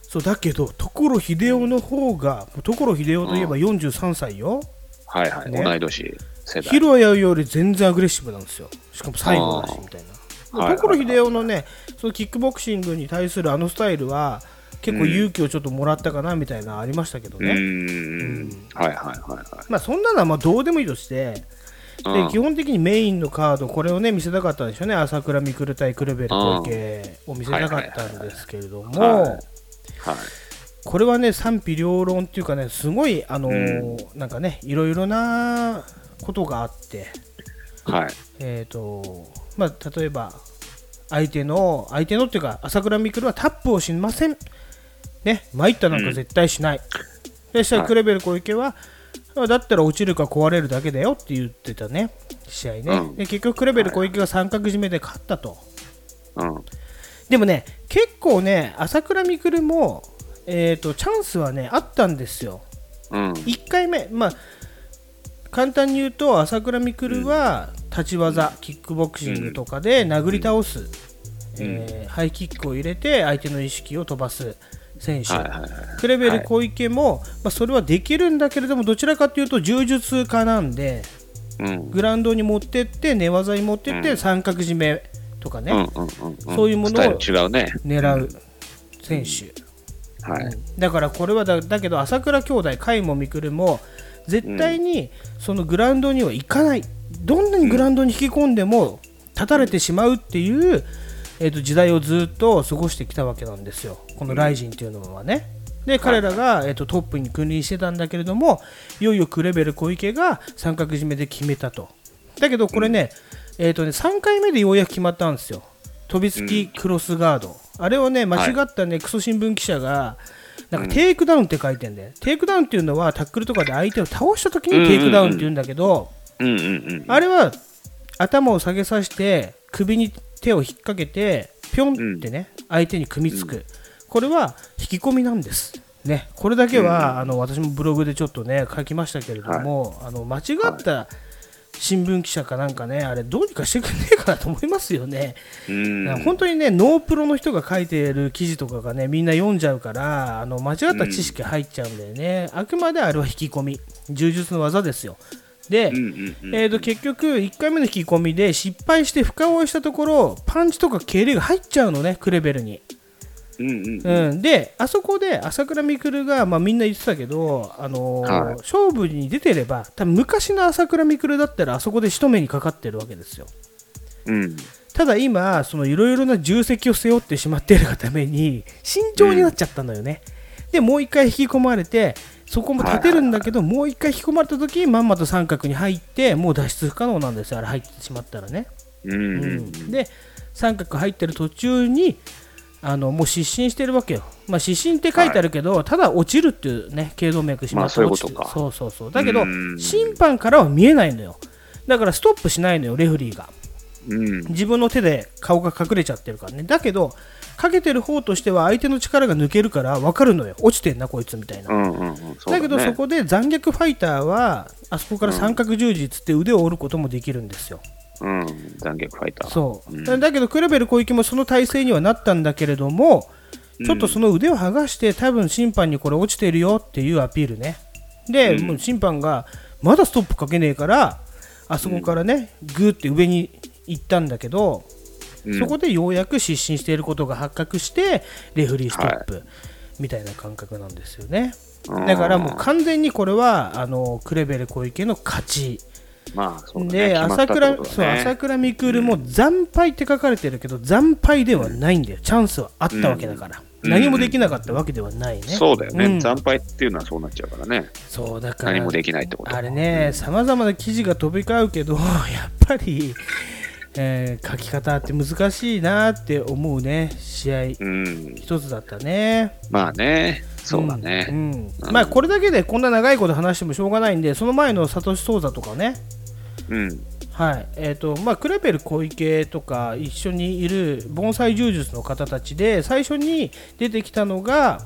Speaker 1: そうだけど所秀夫の方がもう所秀夫といえば43歳よ、
Speaker 2: はいはい。
Speaker 1: ね
Speaker 2: 同い年世
Speaker 1: ヒ
Speaker 2: 代。
Speaker 1: ロヤより全然アグレッシブなんですよしかも最後だしみたい
Speaker 2: あ
Speaker 1: な
Speaker 2: ー
Speaker 1: 所秀夫のねそのキックボクシングに対するあのスタイルは結構勇気をちょっともらったかなみたいなのありましたけど
Speaker 2: う
Speaker 1: ね、
Speaker 2: ーん。はいはいはいはい。
Speaker 1: まあそんなのはまあどうでもいいとして
Speaker 2: う
Speaker 1: で
Speaker 2: ん
Speaker 1: 基本的にメインのカードこれをね見せたかったんでしょうね朝倉未来対クルベル小池を見せたかったんですけれど
Speaker 2: はいはいはいは
Speaker 1: も
Speaker 2: いはい。
Speaker 1: これはね賛否両論っていうかねすごいあのーなんかねいろいろなことがあって
Speaker 2: はい。
Speaker 1: えーとまあ、例えば相手の相手のっていうか朝倉未来はタップをしませんね参ったなんか絶対しない、でしたら
Speaker 2: はい
Speaker 1: クレベル小池は、まあだったら落ちるか壊れるだけだよって言ってたね、試合ね。
Speaker 2: うん
Speaker 1: で結局、クレベル小池が三角締めで勝ったと。
Speaker 2: うん。
Speaker 1: でもね、結構ね、朝倉未来も、えー、とチャンスはね、あったんですよ。
Speaker 2: うん。
Speaker 1: 1回目、まあ、簡単に言うと朝倉未来は立ち技、キックボクシングとかで殴り倒す、えーハイキックを入れて相手の意識を飛ばす選手、
Speaker 2: はいはいはい。
Speaker 1: クレベル小池も、まあ、それはできるんだけれどもどちらかというと柔術家なんで
Speaker 2: うん。
Speaker 1: グラウンドに持ってって寝技に持ってって
Speaker 2: う
Speaker 1: 三角締めとかね、
Speaker 2: うんうんうんうん。
Speaker 1: そういうものを
Speaker 2: スタイル違うね。
Speaker 1: 狙う選手。
Speaker 2: はい。
Speaker 1: だからこれはだだけど朝倉兄弟、甲斐もみくるも絶対にそのグラウンドには行かない、どんなにグラウンドに引き込んでも立たれてしまうっていう、えー、と時代をずっと過ごしてきたわけなんですよ、このライジンっていうのはね。で彼らが、えー、とトップに君臨してたんだけれどもいよいよクレベル小池が三角締めで決めたと。だけどこれね,、えー、とね3回目でようやく決まったんですよ。飛びつきクロスガード、あれをね間違ったね、クソ新聞記者がなんかテイクダウンって書いてんだよ、テイクダウンっていうのはタックルとかで相手を倒した時にテイクダウンって言うんだけど、
Speaker 2: うんうんうん。
Speaker 1: あれは頭を下げさせて首に手を引っ掛けてピョンってね、相手に組みつく、これは引き込みなんですねこれだけは、あの私もブログでちょっとね書きましたけれども、あの間違った新聞記者かなんかねあれどうにかしてくんねえかなと思いますよね、
Speaker 2: うん。
Speaker 1: だから本当にねノープロの人が書いてる記事とかがねみんな読んじゃうからあの間違った知識入っちゃうんだよね、あくまであれは引き込み柔術の技ですよで、
Speaker 2: うんうんうん。
Speaker 1: えー、と結局1回目の引き込みで失敗して深追いしたところパンチとか蹴りが入っちゃうのねクレベルに、
Speaker 2: うんうんうん。
Speaker 1: うん、であそこで朝倉未来が、まあ、みんな言ってたけど、あのー
Speaker 2: はい
Speaker 1: 勝負に出てれば多分昔の朝倉未来だったらあそこで一目にかかってるわけですよ
Speaker 2: うん。
Speaker 1: ただ今そのいろいろな重責を背負ってしまっているがために慎重になっちゃったのよね、でもう一回引き込まれてそこも立てるんだけど、もう一回引き込まれた時にまんまと三角に入ってもう脱出不可能なんですよあれ入ってしまったらね、
Speaker 2: うんうんうん。
Speaker 1: で三角入ってる途中にあのもう失神してるわけよ、まあ、失神って書いてあるけど、ただ落ちるっていうね頸動脈しまって
Speaker 2: まあ
Speaker 1: 落ちてる、
Speaker 2: そういうことか
Speaker 1: そうそうそうだけど
Speaker 2: うん
Speaker 1: 審判からは見えないのよだからストップしないのよレフェリーが
Speaker 2: うん。
Speaker 1: 自分の手で顔が隠れちゃってるからねだけどかけてる方としては相手の力が抜けるから分かるのよ落ちてんなこいつみたいな、
Speaker 2: うんうんうん。そう
Speaker 1: だけど
Speaker 2: ね
Speaker 1: そこで残虐ファイターはあそこから三角十字つって腕を折ることもできるんですよ、
Speaker 2: うん。残虐ファイター。
Speaker 1: そう、
Speaker 2: ん
Speaker 1: だけどクレベル小池もその体勢にはなったんだけれどもちょっとその腕を剥がして多分審判にこれ落ちてるよっていうアピールねで、もう審判がまだストップかけねえからあそこからね、グーって上に行ったんだけど、
Speaker 2: うん
Speaker 1: そこでようやく失神していることが発覚してレフェリーストップみたいな感覚なんですよね、
Speaker 2: うん
Speaker 1: だからもう完全にこれはあのクレベル小池の勝ち
Speaker 2: まあ、そうだね。
Speaker 1: で
Speaker 2: 決まっ
Speaker 1: 朝
Speaker 2: たって
Speaker 1: 倉
Speaker 2: こと
Speaker 1: そう
Speaker 2: だね
Speaker 1: 朝倉未来も惨敗って書かれてるけど惨敗ではないんだよチャンスはあったわけだから、
Speaker 2: うん
Speaker 1: 何もできなかったわけではないね、
Speaker 2: そうだよね、
Speaker 1: ん
Speaker 2: 惨敗っていうのはそうなっちゃうからね、
Speaker 1: そうだから
Speaker 2: 何もできないってこと。
Speaker 1: あれねさまざまな記事が飛び交うけど やっぱり、えー書き方って難しいなって思うね試合
Speaker 2: うん、
Speaker 1: 一つだったね
Speaker 2: まあね、そうだね。
Speaker 1: う
Speaker 2: うん
Speaker 1: んうんまあこれだけでこんな長いこと話してもしょうがないんでその前のサトシ・ソウザとかねはいえーとまあ、クレベル小池とか一緒にいる盆栽柔術の方たちで最初に出てきたのが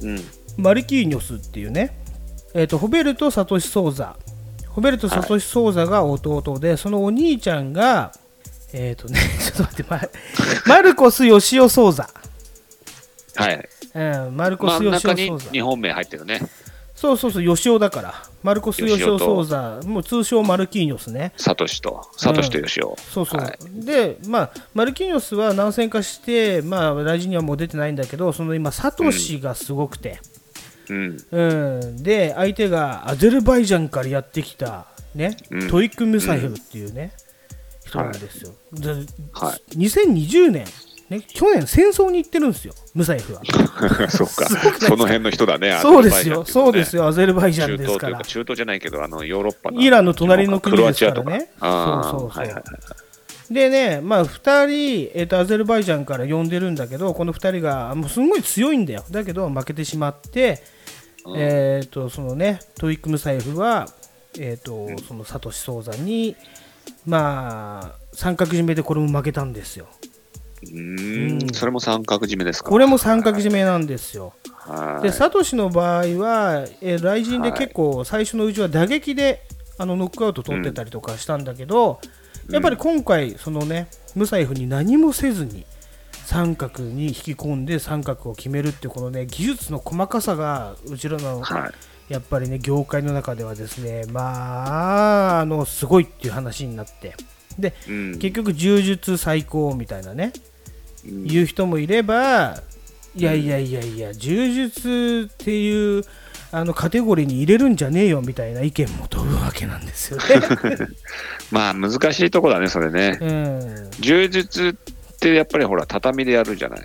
Speaker 2: うん
Speaker 1: マルキーニョスっていうね、えー、とホベルト・サトシ・ソウザホベルト・サトシ・ソウザが弟で、そのお兄ちゃんがえっ、とね ちょっと待って まマルコス・ヨシオ・ソウザ、
Speaker 2: はい、
Speaker 1: うん、マルコ
Speaker 2: 真
Speaker 1: ス・
Speaker 2: ん
Speaker 1: ヨシ
Speaker 2: 中
Speaker 1: オ・ソ
Speaker 2: に
Speaker 1: ウザ
Speaker 2: 日本名入ってるね、
Speaker 1: そうそうそうヨシオだからマルコス・ヨシオ・
Speaker 2: ヨシオと
Speaker 1: ソウザもう通称マルキーニョスね
Speaker 2: サトシと、サトシとヨシオ。
Speaker 1: そうそう、
Speaker 2: はい
Speaker 1: で、まあ、マルキーニョスは何戦かして、まあ、ラジにはもう出てないんだけど、その今、サトシがすごくて、
Speaker 2: うん、
Speaker 1: うんで相手がアゼルバイジャンからやってきた、ね
Speaker 2: うん
Speaker 1: トイック・ムサヘルっていうね、人なんですよ。で
Speaker 2: は
Speaker 1: 2020年、ね、去年、戦争に行ってるんですよ、ムサヘフは。
Speaker 2: い、そうか、その辺の人だね、
Speaker 1: そうですよ、そうです
Speaker 2: よ。
Speaker 1: よ、アゼルバイジャ
Speaker 2: 中
Speaker 1: ンです
Speaker 2: 東と
Speaker 1: か
Speaker 2: いう
Speaker 1: ら
Speaker 2: か、。中東じゃないけど、あのヨーロッパ
Speaker 1: イランの隣の国ですからね
Speaker 2: クロアチアとか
Speaker 1: そうそうそう
Speaker 2: あーはいはいはい
Speaker 1: でね、まあ、2人、えーと、アゼルバイジャンから呼んでるんだけど、この2人がもうすごい強いんだよ、だけど負けてしまって、
Speaker 2: うん
Speaker 1: えっ、と、そのね、トイックム財布は、えっ、と、そのサトシソウザに、まあ、三角締めでこれも負けたんですよ。
Speaker 2: うー
Speaker 1: うん
Speaker 2: ん、それも三角締めですか。
Speaker 1: これも三角締めなんですよ。
Speaker 2: はい
Speaker 1: で、サトシの場合は、えー雷神で結構最初のうちは打撃であのノックアウト取ってたりとかしたんだけど、やっぱり今回、そのね、ムサイフに何もせずに三角に引き込んで三角を決めるっていうこのね、技術の細かさがうちらの、
Speaker 2: はい。
Speaker 1: やっぱりね、業界の中ではですね、まあ、あの、すごいっていう話になって。で、
Speaker 2: うん
Speaker 1: 結局、柔術最高みたいなね、
Speaker 2: うん
Speaker 1: 言う人もいれば、いやいやいやいや、柔術っていうあのカテゴリーに入れるんじゃねえよみたいな意見も飛ぶわけなん ですよね。
Speaker 2: まあ難しいとこだね、それね。
Speaker 1: うん
Speaker 2: 柔術ってやっぱりほら、畳でやるじゃない。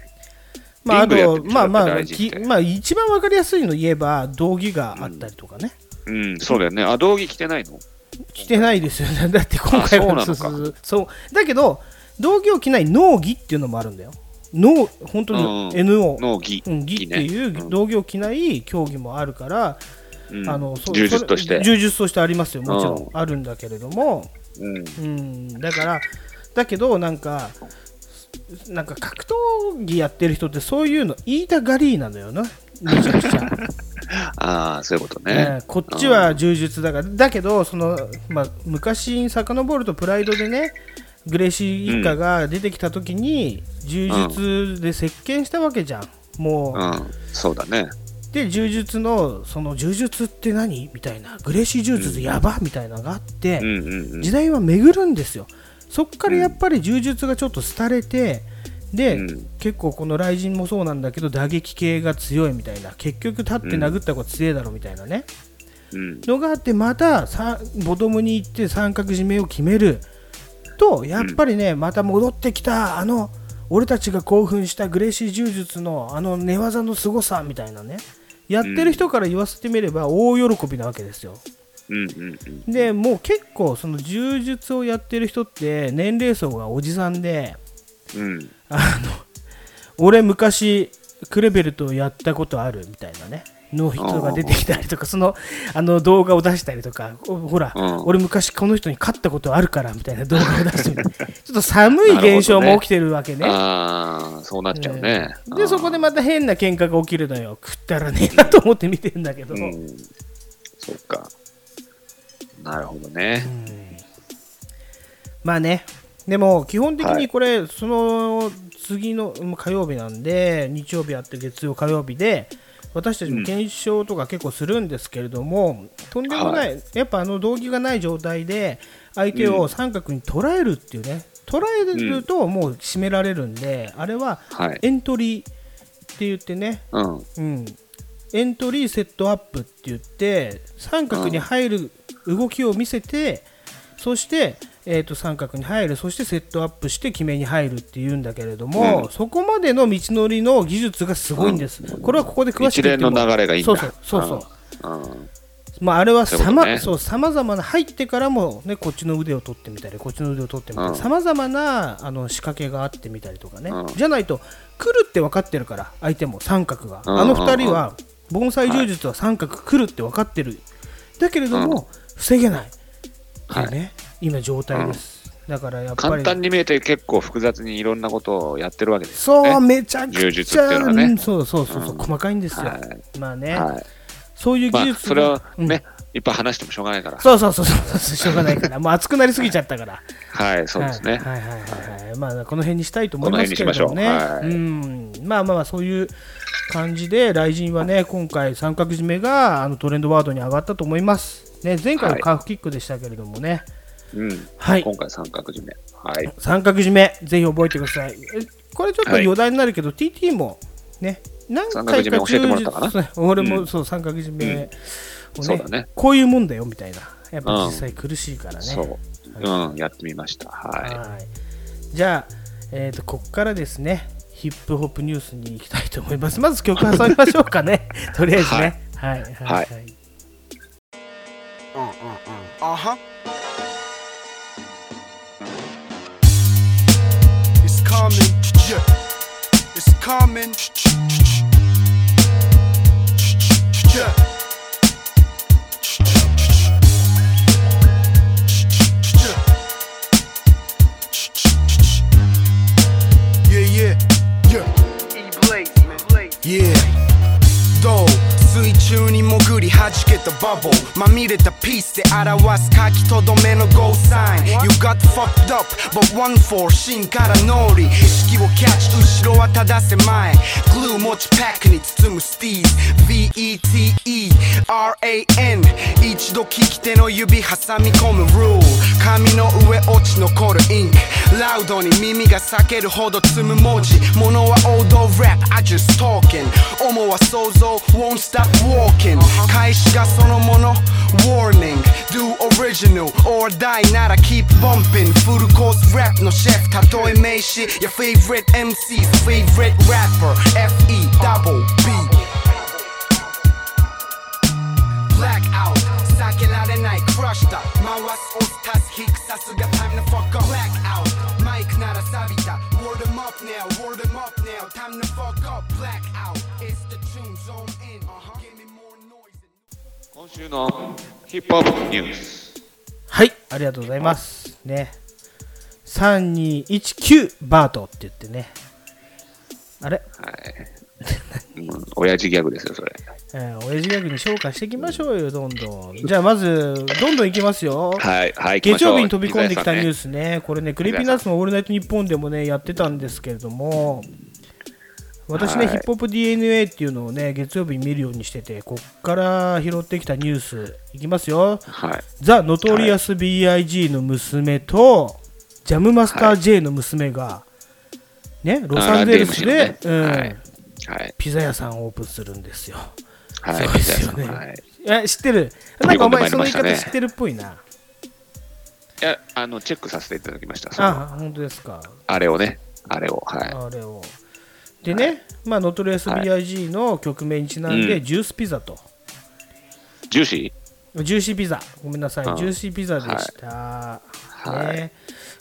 Speaker 1: まあ、あ
Speaker 2: リングでやっ
Speaker 1: と、
Speaker 2: てる
Speaker 1: まあま
Speaker 2: やっぱ
Speaker 1: あ、
Speaker 2: 大事っ
Speaker 1: き
Speaker 2: て
Speaker 1: まあ、一番わかりやすいの言えば、道着があったりとかね、
Speaker 2: うん、そうだよね。あ、道着着てないの
Speaker 1: 着てないですよね、だ って今回は
Speaker 2: あそうなのか
Speaker 1: そうそうだけど、道着を着ない農着っていうのもあるんだよ、農本当に
Speaker 2: うん
Speaker 1: NO、
Speaker 2: の着。
Speaker 1: うん、着っていう道着を着ない競技もあるから、
Speaker 2: うん
Speaker 1: あのそう
Speaker 2: 柔術とし
Speaker 1: それ
Speaker 2: て。
Speaker 1: 柔術としてありますよ、もちろ
Speaker 2: うん
Speaker 1: んあるんだけれども、
Speaker 2: うん。
Speaker 1: うん、だから、だけど、なんか、なんか格闘技やってる人って、そういうの言いたがりなのよな、めちゃくちゃ。
Speaker 2: ああ、そういうこと
Speaker 1: え
Speaker 2: ね
Speaker 1: え。こっちは柔術だから、だけどその、まあ、昔に遡るとプライドでねグレイシー一家が出てきた時に、柔術で席巻したわけじゃんもう、
Speaker 2: うん、そうだね。
Speaker 1: で柔術のその柔術って何みたいなグレイシー柔術やばみたいなのがあって、
Speaker 2: うんうんうん
Speaker 1: 時代は巡るんですよそっからやっぱり柔術がちょっと廃れてで、
Speaker 2: うん
Speaker 1: 結構この雷神もそうなんだけど打撃系が強いみたいな結局立って殴った子強えだろみたいなね、
Speaker 2: うん。
Speaker 1: のがあってまたさボトムに行って三角締めを決めるとやっぱりね、また戻ってきたあの俺たちが興奮したグレイシー柔術のあの寝技の凄さみたいなねやってる人から言わせてみれば大喜びなわけですよ
Speaker 2: うんうんうん。
Speaker 1: でもう結構その柔術をやってる人って年齢層がおじさんで
Speaker 2: うん。
Speaker 1: あの 俺昔クレベルとやったことあるみたいなねの人が出てきたりとかそのあの動画を出したりとかおほら、
Speaker 2: うん
Speaker 1: 俺昔この人に勝ったことあるからみたいな 動画を出して るちょっと寒い現象も起きてるわけね
Speaker 2: ああ、そうなっちゃうね。あ
Speaker 1: で
Speaker 2: ー
Speaker 1: そこでまた変な喧嘩が起きるのよ食ったらねえなと思って見てんだけど、
Speaker 2: うん。そっか。なるほどね。
Speaker 1: まあね、でも基本的
Speaker 2: は
Speaker 1: に
Speaker 2: い
Speaker 1: これ、その次のうん火曜日なんで、日曜日あって月曜、火曜日で、私たちも検証とか結構するんですけれども、とんでもない、やっぱあの動機がない状態で、相手を三角に捉えるっていうね、捉えるともう締められるんで、あれは
Speaker 2: はい
Speaker 1: エントリーって言ってね、
Speaker 2: うん。
Speaker 1: うん、エントリーセットアップって言って三角に入る動きを見せて、そして、えー、と三角に入るそしてセットアップして決めに入るっていうんだけれども、
Speaker 2: うん
Speaker 1: そこまでの道のりの技術がすごいんです、これはここで詳し
Speaker 2: 一
Speaker 1: く言っ
Speaker 2: 連
Speaker 1: ても
Speaker 2: の流れがいいんだ。
Speaker 1: そうそうそうそう
Speaker 2: うん。うん
Speaker 1: まあ、あれは
Speaker 2: そういう
Speaker 1: さ
Speaker 2: こと
Speaker 1: ま
Speaker 2: ね
Speaker 1: そうさまざまな入ってからも、ね、こっちの腕を取ってみたりこっちの腕を取ってみたり
Speaker 2: うん
Speaker 1: さまざまなあの仕掛けがあってみたりとかね、
Speaker 2: うん
Speaker 1: じゃないと来るって分かってるから相手も三角が、
Speaker 2: うん
Speaker 1: あの2人は盆栽柔術は三角来るって分かってる、だけれども、防げないっていうね、今状態です、だからやっぱ
Speaker 2: 簡
Speaker 1: り
Speaker 2: 単に見えて結構複雑にいろんなことをやってるわけですよね。
Speaker 1: そうめちゃく
Speaker 2: 柔
Speaker 1: ち
Speaker 2: 術ってい
Speaker 1: ゃ
Speaker 2: うのはね
Speaker 1: うんそうそうそうそう、
Speaker 2: うん
Speaker 1: 細かいんですよ、
Speaker 2: は
Speaker 1: まあ
Speaker 2: い。
Speaker 1: ね、
Speaker 2: はい。
Speaker 1: そういう
Speaker 2: ま
Speaker 1: 技
Speaker 2: あ、
Speaker 1: 術
Speaker 2: それ
Speaker 1: が
Speaker 2: はね、いっぱい話してもしょうがないから。
Speaker 1: そうそうそうそうそうしょうがない からもう熱くなりすぎちゃったから
Speaker 2: はい、そうですね。
Speaker 1: はいはいはいはいはい。まあこの辺にしたいと思いますけれどもね。
Speaker 2: この辺
Speaker 1: うん。まあまあまあそういう感じで雷神はね今回三角締めがあのトレンドワードに上がったと思います。ね前回はカーフキックでしたけれどもね。
Speaker 2: うん。
Speaker 1: はい。
Speaker 2: 今回三角締め。はい。
Speaker 1: 三角締めぜひ覚えてください。えこれちょっと余談になるけど、TT もね。何回か
Speaker 2: 三角締め教えてもらったかな
Speaker 1: 充実そう俺
Speaker 2: う
Speaker 1: も
Speaker 2: ん
Speaker 1: そう三角締めをね,、
Speaker 2: そうだね
Speaker 1: こういうもんだよみたいなやっぱ実際苦しいからね、
Speaker 2: そう。うん、やってみました。は
Speaker 1: はい、じゃあ、えー、とここからですねヒップホップニュースに行きたいと思い ますまず曲挟みましょうか ねとりあえずねはいはいはい、
Speaker 2: は
Speaker 3: あは It's coming yeah. It's coming Yeah, yeah, yeah. Yeah. どう水中に潜り弾けたバボまみれたピースで表す書きとどめのゴーサイン You got fucked up but one for 芯から脳裏意識をキャッチ後ろは正せ前グルー持ちパックに包むスティー E ズ VETERAN 一度聞き手の指挟み込むルール紙の上落ち残るインクラウドに耳が裂けるほど積む文字物は王道 rap I just talking 思は想像 won't stop walking 開始がそのもの warning do original or die なら keep bumping フルコース rap のシェフたとえ名詞 your favorite MC favorite rapper FE double B Blackout 避けられない Crush だ回す押す足す引くさすが Time to fuck up Blackout マイクなら錆びた Word em up now Word em up now Time to fuck up Blackout It's the tune zone in Uh-huh. Give me more noise
Speaker 2: 今週のヒップホップニュース。
Speaker 1: はい、ありがとうございます。ね。3219バートって言ってね。あれ、
Speaker 2: はい。もう親父ギャグですよ、それ。
Speaker 1: えー、親父ギャグに昇華していきましょうよ、どんどん。じゃあ、まず、どんどんいきますよ。
Speaker 2: はい、はい、
Speaker 1: 月曜日に飛び込んできたニュー
Speaker 2: ス。
Speaker 1: スね、これね、クリーピーナッツのオールナイトニッポンでもね、やってたんですけれども、私ね、
Speaker 2: はい
Speaker 1: ヒップホップ DNA っていうのをね、月曜日に見るようにしてて、こっから拾ってきたニュース、いきますよ。
Speaker 2: はい。
Speaker 1: ザ・ノトリアス B.I.G. の娘と、ジャムマスター J の娘が、ね、ロサンゼルス
Speaker 2: あラ
Speaker 1: で
Speaker 2: ン、デ
Speaker 1: う
Speaker 2: ーム氏のね
Speaker 1: ん、
Speaker 2: はい。
Speaker 1: ピザ屋さんをオープンするんですよ。
Speaker 2: はい。
Speaker 1: そうですよね
Speaker 2: はい。
Speaker 1: え、知ってる
Speaker 2: 飛
Speaker 1: なん
Speaker 2: び
Speaker 1: か
Speaker 2: 込
Speaker 1: お
Speaker 2: んでま
Speaker 1: 前
Speaker 2: いり
Speaker 1: その
Speaker 2: まし
Speaker 1: 言い
Speaker 2: たね
Speaker 1: 方知ってるっぽいな。
Speaker 2: いや、あの、チェックさせていただきました。その
Speaker 1: あ、本当ですか。
Speaker 2: あれをね、あれを。は
Speaker 1: あれを。でね、まあ、ノトレース BIG の曲名にちなん
Speaker 2: う
Speaker 1: で、
Speaker 2: ん
Speaker 1: ジュースピザと、
Speaker 2: い。ジューシ
Speaker 1: ジューシーピザ、ごめんなさい、
Speaker 2: うん
Speaker 1: ジューシーピザでした。
Speaker 2: はい
Speaker 1: ね、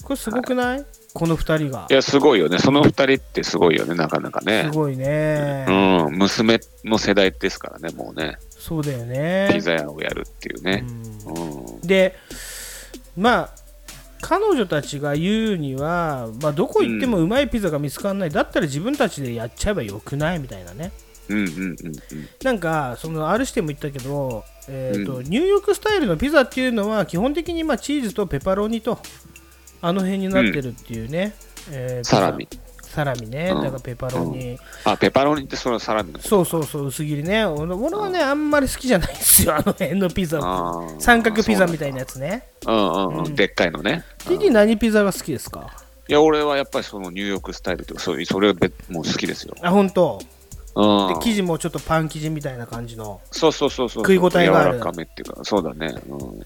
Speaker 1: これすごくない、この2人が
Speaker 2: ーい。や、すごいよね。その二人ってすごいよね、なかなか
Speaker 1: す
Speaker 2: ね。
Speaker 1: ごいね、
Speaker 2: うん、娘の世代ですからね、もうね。
Speaker 1: そうだよ
Speaker 2: ピ
Speaker 1: ね。
Speaker 2: ザ屋をやるっていうね。うん。
Speaker 1: で、まあ、彼女たちが言うには、まあ、どこ行ってもうまいピザが見つからない、だったら自分たちでやっちゃえばよくないみたいなね。
Speaker 2: うんうんうん
Speaker 1: なんかその R しても言ったけど、えーと
Speaker 2: う
Speaker 1: ニューヨークスタイルのピザっていうのは基本的にまあチーズとペパロニとあの辺になってるっていうね、えー
Speaker 2: サラミ
Speaker 1: サラミね、
Speaker 2: うん
Speaker 1: だからペパロニ、
Speaker 2: あ、ペパロニってそのサラミのこと
Speaker 1: そうそうそう薄切りね俺俺はねあんまり好きじゃないんですよあ の辺のピザ
Speaker 2: あー
Speaker 1: 三角ピザみたいなやつね
Speaker 2: うんうんうん、でっかいのね。
Speaker 1: ティティ何ピザが好きですか
Speaker 2: いや、俺はやっぱりそのニューヨークスタイルとか、そういうそれは別もう好きですよ。
Speaker 1: あ本当
Speaker 2: う
Speaker 1: で
Speaker 2: ん。
Speaker 1: 生地もちょっとパン生地みたいな感じの
Speaker 2: そうそうそうそう。
Speaker 1: 食い応えがある
Speaker 2: 柔らかめっていうか、そうだね。うん、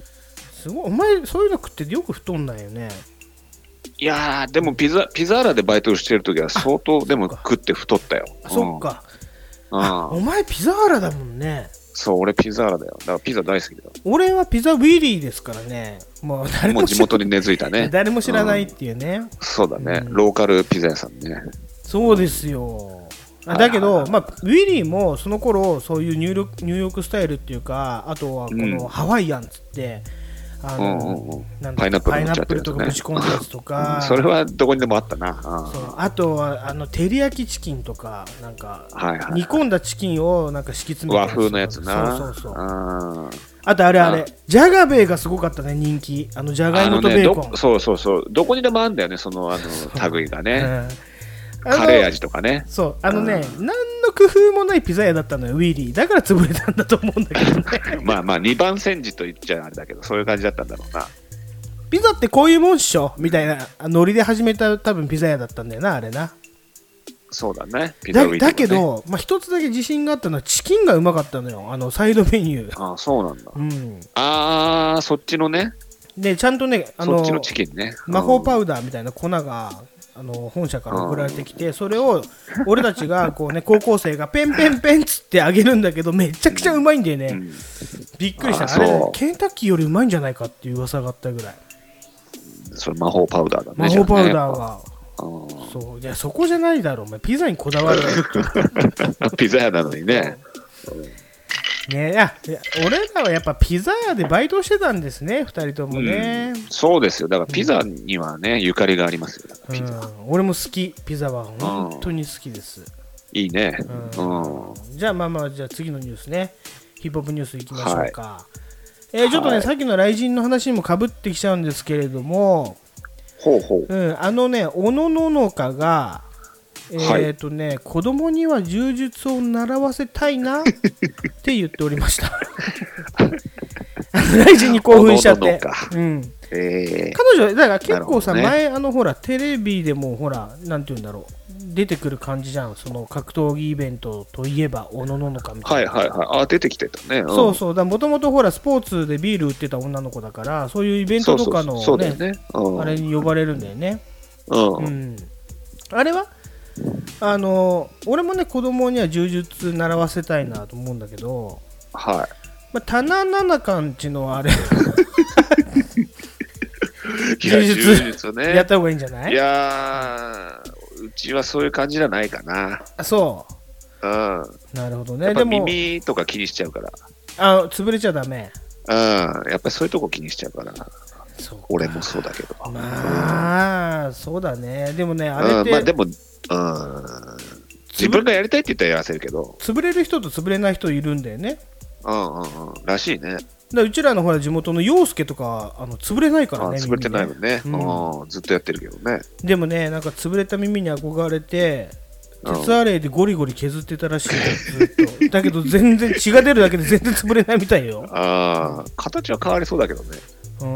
Speaker 1: すごいお前そういうの食ってよく太んないよね
Speaker 2: いやー、でもピザ、ピザーラでバイトしてるときは相当、でも食って太ったよ。
Speaker 1: あそっか、
Speaker 2: うん。う
Speaker 1: お
Speaker 2: ん。
Speaker 1: 前ピザーラだもんね
Speaker 2: そう、俺ピザーラだよ。だからピザ大好きだよ。
Speaker 1: 俺はピザウィリーですからね、もう誰
Speaker 2: も
Speaker 1: も
Speaker 2: う地元に根付いたね。
Speaker 1: 誰も知らないっ
Speaker 2: うん
Speaker 1: ていうね、
Speaker 2: そうだね、
Speaker 1: うん
Speaker 2: ローカルピザ屋さんね。
Speaker 1: そうですよ。あ
Speaker 2: はい
Speaker 1: だけど、
Speaker 2: はいはい
Speaker 1: まあ、ウィリーもその頃そういうニューロニューヨークスタイルっていうか、あとはこ
Speaker 2: う
Speaker 1: の
Speaker 2: ん
Speaker 1: ハワイアンっつって、あの
Speaker 2: うんうんうん
Speaker 1: なんだ
Speaker 2: パイナップル
Speaker 1: パイ
Speaker 2: 乗
Speaker 1: ナ
Speaker 2: っちゃ
Speaker 1: ッ
Speaker 2: って
Speaker 1: プ
Speaker 2: る
Speaker 1: ルとかぶ
Speaker 2: やつね
Speaker 1: ち込んだやつとか、
Speaker 2: それはどこにでもあったな。うん
Speaker 1: そうあとはあの照り焼きチキンとか、なんか、
Speaker 2: はいはい
Speaker 1: 煮込んだチキンをなんか敷き詰めた
Speaker 2: 和
Speaker 1: とか
Speaker 2: 風のやつな。
Speaker 1: そうそうそう
Speaker 2: あー
Speaker 1: あとあれあれ
Speaker 2: あ
Speaker 1: ジャガベーがすごかったね人気あのジャガイモとベーコ
Speaker 2: あの
Speaker 1: ン
Speaker 2: ねどそうそうそう。どこにでもあるんだよね、その、あの、類がね。
Speaker 1: うんあの
Speaker 2: カレー味とかね。
Speaker 1: そうあのね、何の工夫もないピザ屋だったのよウィリーだから潰れたんだと思うんだけど ね
Speaker 2: まあまあ、二番煎じと言っちゃあれだけど、そういう感じだったんだろうな。
Speaker 1: ピザってこういうもんっしょみたいなノリで始めた多分ピザ屋だったんだよなあれな
Speaker 2: そうだね。ピザ
Speaker 1: だ
Speaker 2: ウィークもね
Speaker 1: だけ。ど、まあ、一つだけ自信があったのはチキンがうまかったのよあのサイドメニュ ー
Speaker 2: ああ、そうなんだ。
Speaker 1: うん
Speaker 2: ああ、そっちのね。
Speaker 1: でちゃんとねあ
Speaker 2: そ
Speaker 1: の
Speaker 2: っちのチキンね。
Speaker 1: 魔法パ
Speaker 2: ウ
Speaker 1: ウダーみたいな粉があの本社から送られてきてそれを俺たちがこうね高校生がペンペンペンっつってあげるんだけどめちゃくちゃうまいんだよね、
Speaker 2: ん
Speaker 1: びっくりした
Speaker 2: あ
Speaker 1: あれね
Speaker 2: そう
Speaker 1: ケンタッキーよりうまいんじゃないかっていう噂があったぐらい
Speaker 2: それ魔法パウダーだね。
Speaker 1: 魔法パウダー
Speaker 2: が。
Speaker 1: が、
Speaker 2: うん
Speaker 1: そういやそこじゃ ないだろうお前ピザにこだわる
Speaker 2: ピザ屋なのにね。
Speaker 1: ねいやいや俺らはやっぱピザ屋でバイトしてたんですね、二人ともね、
Speaker 2: そうですよ。だからピザにはね、ゆかりがありますよ。
Speaker 1: うん
Speaker 2: ピザ。
Speaker 1: 俺も好き、ピザは本当に好きです。
Speaker 2: いいね。
Speaker 1: う
Speaker 2: うん。
Speaker 1: じゃあまあまあじゃあ次のニュースねヒップホップニュースいきましょうか、えーちょっとね、
Speaker 2: はい
Speaker 1: さっきの雷神の話にもかぶってきちゃうんですけれども、
Speaker 2: ほうほう。
Speaker 1: うん、あのね小野ののかがえ
Speaker 2: はい
Speaker 1: ーとね、子供には柔術を習わせたい なって言っておりました あの雷神に興奮しちゃっ
Speaker 2: 小野の
Speaker 1: て
Speaker 2: のか
Speaker 1: うん、
Speaker 2: ええ
Speaker 1: 彼女だから結構さ、
Speaker 2: なるほど
Speaker 1: 前あのほらテレビでもほらなんて言うんだろう出てくる感じじゃんその格闘技イベントといえばおのののかみた
Speaker 2: はいい
Speaker 1: な、
Speaker 2: はいはい。あ、出てきてたね。ん
Speaker 1: そうそうだもともとほらスポーツでビール売ってた女の子だからそういうイベン
Speaker 2: そ
Speaker 1: ト
Speaker 2: うそ
Speaker 1: と
Speaker 2: うそ
Speaker 1: か
Speaker 2: う
Speaker 1: の
Speaker 2: そうだ
Speaker 1: ね
Speaker 2: よね。うん
Speaker 1: あれに呼ばれるんだよね、
Speaker 2: う。
Speaker 1: うんん、あれはあの俺もね子供には柔術習わせたいなと思うんだけど、
Speaker 2: は
Speaker 1: まあ、棚七冠ちのあれ
Speaker 2: い。いや
Speaker 1: 柔術
Speaker 2: 柔術
Speaker 1: やっ
Speaker 2: ね。
Speaker 1: た方がいいんじゃない
Speaker 2: いやー、うちはそういう感じじゃないかな。
Speaker 1: あそ
Speaker 2: うん。
Speaker 1: うなるほど
Speaker 2: や
Speaker 1: ね
Speaker 2: っぱ
Speaker 1: でも
Speaker 2: 耳とか気にしちゃうから。
Speaker 1: あ潰れちゃダメ
Speaker 2: うん。やっぱりそういうとこ気にしちゃうから。
Speaker 1: そう
Speaker 2: 俺もそうだけど。
Speaker 1: まあそうだねでもねあれ
Speaker 2: う
Speaker 1: っ
Speaker 2: ん、まあで
Speaker 1: て
Speaker 2: も、うん、自分がやりたいって言ったらやらせるけど、
Speaker 1: 潰れる人と潰れない人いるんだよねだか
Speaker 2: うんうんうん、らしいね。
Speaker 1: らうちらのほら地元の陽介とかあの潰れないか
Speaker 2: あ
Speaker 1: らね
Speaker 2: 潰れてないもんね、
Speaker 1: 耳ね
Speaker 2: うんずっとやってるけどね。
Speaker 1: でもねなんか潰れた耳に憧れて
Speaker 2: うん
Speaker 1: 鉄アレイでゴリゴリ削ってたらしいよずっとだけど全然血が出るだけで全然潰れないみたいよ
Speaker 2: ああ、形は変わりそうだけどね。
Speaker 1: う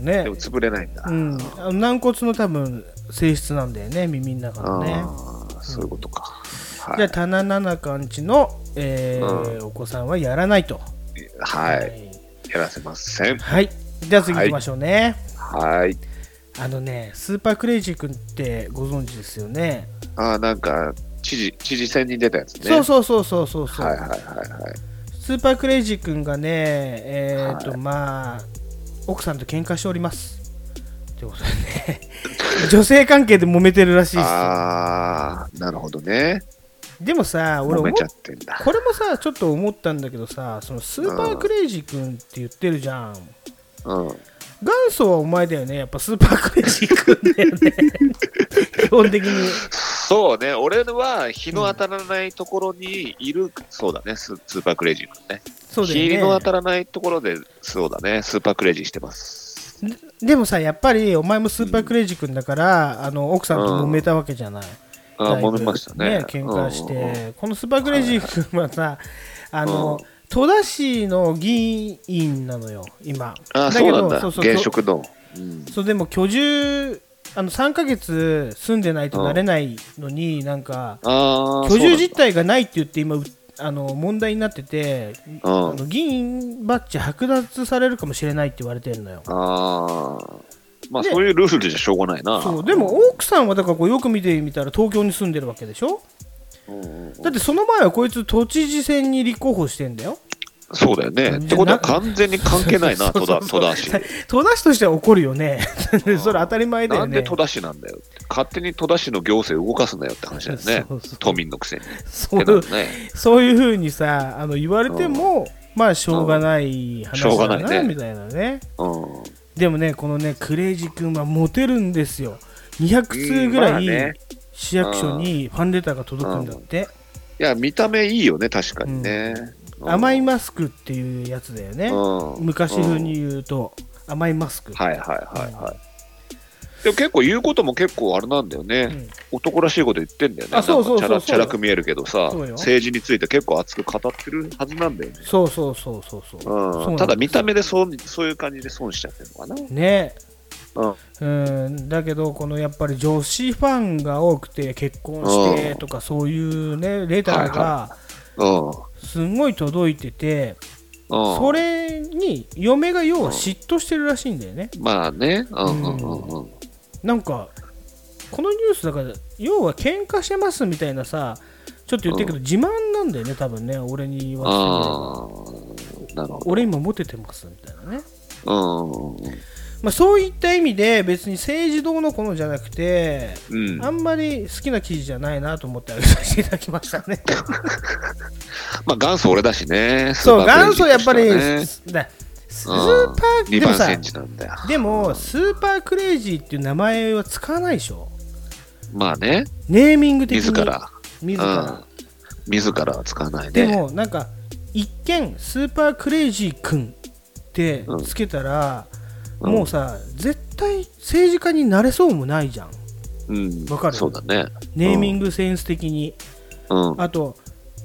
Speaker 1: ん
Speaker 2: で
Speaker 1: ね
Speaker 2: も潰れないんだ。
Speaker 1: うんあの軟骨の多分性質なんだよね耳の中
Speaker 2: あ
Speaker 1: のね
Speaker 2: ーそういうことか。
Speaker 1: じゃ
Speaker 2: は
Speaker 1: あ棚七冠ちの、えーお子さんはやらないと
Speaker 2: い、はい、やらせません。
Speaker 1: はい。じゃあ次行きましょうね。
Speaker 2: はい。
Speaker 1: あのね、スーパークレイジー君ってご存知ですよね。
Speaker 2: ああ、なんか、知事、知事選に出たやつね。
Speaker 1: そうそうそうそうそうそう、
Speaker 2: はいはいはいはい。
Speaker 1: スーパークレイジー君がね、えっ、と、
Speaker 2: は
Speaker 1: まあ、奥さんと喧嘩しております。ってことで ね、女性関係で揉めてるらしいっすよ。
Speaker 2: ああ、なるほどね。
Speaker 1: でもさ、俺思
Speaker 2: 揉
Speaker 1: っ
Speaker 2: めちゃってんだ。
Speaker 1: これもさ、ちょっと思ったんだけどさ、そのスーパークレイジー君って言ってるじゃん。
Speaker 2: うん。
Speaker 1: 元祖はお前だよね。やっぱスーパークレイジー君だよね。 基本的に。
Speaker 2: そうね、俺は日の当たらないところにいる、そうだねス、スーパークレイジー君ね
Speaker 1: そうだよね。
Speaker 2: 日の当たらないところで、そうだね、スーパークレイジーしてます。
Speaker 1: ででもさやっぱりお前もスーパークレイジー君だから、あの奥さんと揉めたわけじゃない、
Speaker 2: あ
Speaker 1: だいぶ
Speaker 2: 揉めましたね
Speaker 1: 喧嘩して、
Speaker 2: うんうん
Speaker 1: このスーパークレイジー君はさ、あの、
Speaker 2: うん
Speaker 1: 戸田市の議員なのよ今
Speaker 2: あそうなんだ、
Speaker 1: そうそう
Speaker 2: 現職の。うん、
Speaker 1: そうでも居住あの3ヶ月住んでないとなれないのに、なんか
Speaker 2: ああ、
Speaker 1: 居住
Speaker 2: そう
Speaker 1: 実態がないって言って今うあの問題になってて、
Speaker 2: うん
Speaker 1: あの議員バッジ剥奪されるかもしれないって言われてるのよ
Speaker 2: なんだあーまあ、
Speaker 1: で
Speaker 2: そういうルールじゃしょうがないな。
Speaker 1: そうでも奥さんはだからこうよく見てみたら東京に住んでるわけでしょ
Speaker 2: うんうんうん
Speaker 1: だってその前はこいつ都知事選に立候補してんだよ
Speaker 2: そうだよね。ってことは完全に関係ないな、
Speaker 1: そう
Speaker 2: 戸
Speaker 1: そ
Speaker 2: 田
Speaker 1: うそ
Speaker 2: 戸
Speaker 1: う
Speaker 2: 田 市。
Speaker 1: 戸田市としては怒るよね それ当たり前だ
Speaker 2: な
Speaker 1: よ
Speaker 2: んで
Speaker 1: ね
Speaker 2: 戸田市なんだよって勝手に戸田市の行政を動かすんだよって話だよね
Speaker 1: そうそう
Speaker 2: 都民のくせに。って
Speaker 1: そ
Speaker 2: なる
Speaker 1: う
Speaker 2: ね。
Speaker 1: そういうふうにさあの言われてもまあしょうがない話
Speaker 2: しょう
Speaker 1: だ
Speaker 2: が
Speaker 1: な
Speaker 2: ないね
Speaker 1: みたいなね
Speaker 2: うん
Speaker 1: でもねこのねクレイジー君はモテるんですよ200通ぐら
Speaker 2: うんまあね
Speaker 1: い市役所にファンレターが届くんだって、
Speaker 2: いや、見た目いいよね、確かにね。うん
Speaker 1: 甘いマスクっていうやつだよね、
Speaker 2: うん
Speaker 1: 昔風に言うと甘いマスク、
Speaker 2: はいはいはいはい。でも結構言うことも結構あれなんだよね、
Speaker 1: うん
Speaker 2: 男らしいこと言ってんだよね。
Speaker 1: あそうそうそう
Speaker 2: なんかチャラ
Speaker 1: そう
Speaker 2: チャラく見えるけどさ、
Speaker 1: そうよ
Speaker 2: 政治について結構熱く語ってるはずなんだよね。
Speaker 1: そうそうそうそうそう,、
Speaker 2: う
Speaker 1: そ
Speaker 2: ん、
Speaker 1: う
Speaker 2: ただ見た
Speaker 1: 目
Speaker 2: 目でそうそういう感じで損しちゃってるのかな。
Speaker 1: ね
Speaker 2: うん
Speaker 1: うんだけどこのやっぱり女子ファンが多くて結婚してとかそういうねレターが
Speaker 2: うん
Speaker 1: すごい届いてて
Speaker 2: うん、
Speaker 1: それに嫁が要は嫉妬してるらしいんだよね
Speaker 2: まあね、うんうんうんうん、
Speaker 1: なんかこのニュースだから要は喧嘩してますみたいなさちょっと言ってるけど自慢なんだよね多分ね俺に言わせてみれば
Speaker 2: ああ、なるほど。
Speaker 1: 俺今モテてますみたいなね
Speaker 2: うんうんうん
Speaker 1: まあ、そういった意味で別に政治どうのこうのじゃなくて、
Speaker 2: うん
Speaker 1: あんまり好きな記事じゃないなと思ってあげさせていただきました ね。
Speaker 2: まあ元祖俺だしね。
Speaker 1: そう、元祖やっぱり、
Speaker 2: ス
Speaker 1: すだス
Speaker 2: ー
Speaker 1: ーパ
Speaker 2: パー
Speaker 1: ー、
Speaker 2: クレイジー
Speaker 1: でもさ
Speaker 2: だしねうん、2番セン、チなんだよ。
Speaker 1: でも、スーパークレイジーっていう名前は使わないでしょ。
Speaker 2: まあね、
Speaker 1: ネーミング的に。
Speaker 2: 自ら。
Speaker 1: 自
Speaker 2: うん
Speaker 1: ら。。
Speaker 2: 自らは使わない
Speaker 1: で
Speaker 2: ね。
Speaker 1: も、なんか、一見、スーパークレイジーくんってつけたら、
Speaker 2: うん
Speaker 1: もうさ、絶対政治家になれそうもないじゃん。
Speaker 2: うん。
Speaker 1: わかる
Speaker 2: そうだね。
Speaker 1: ネーミン
Speaker 2: グ。
Speaker 1: グセンス的に。
Speaker 2: うん。
Speaker 1: あと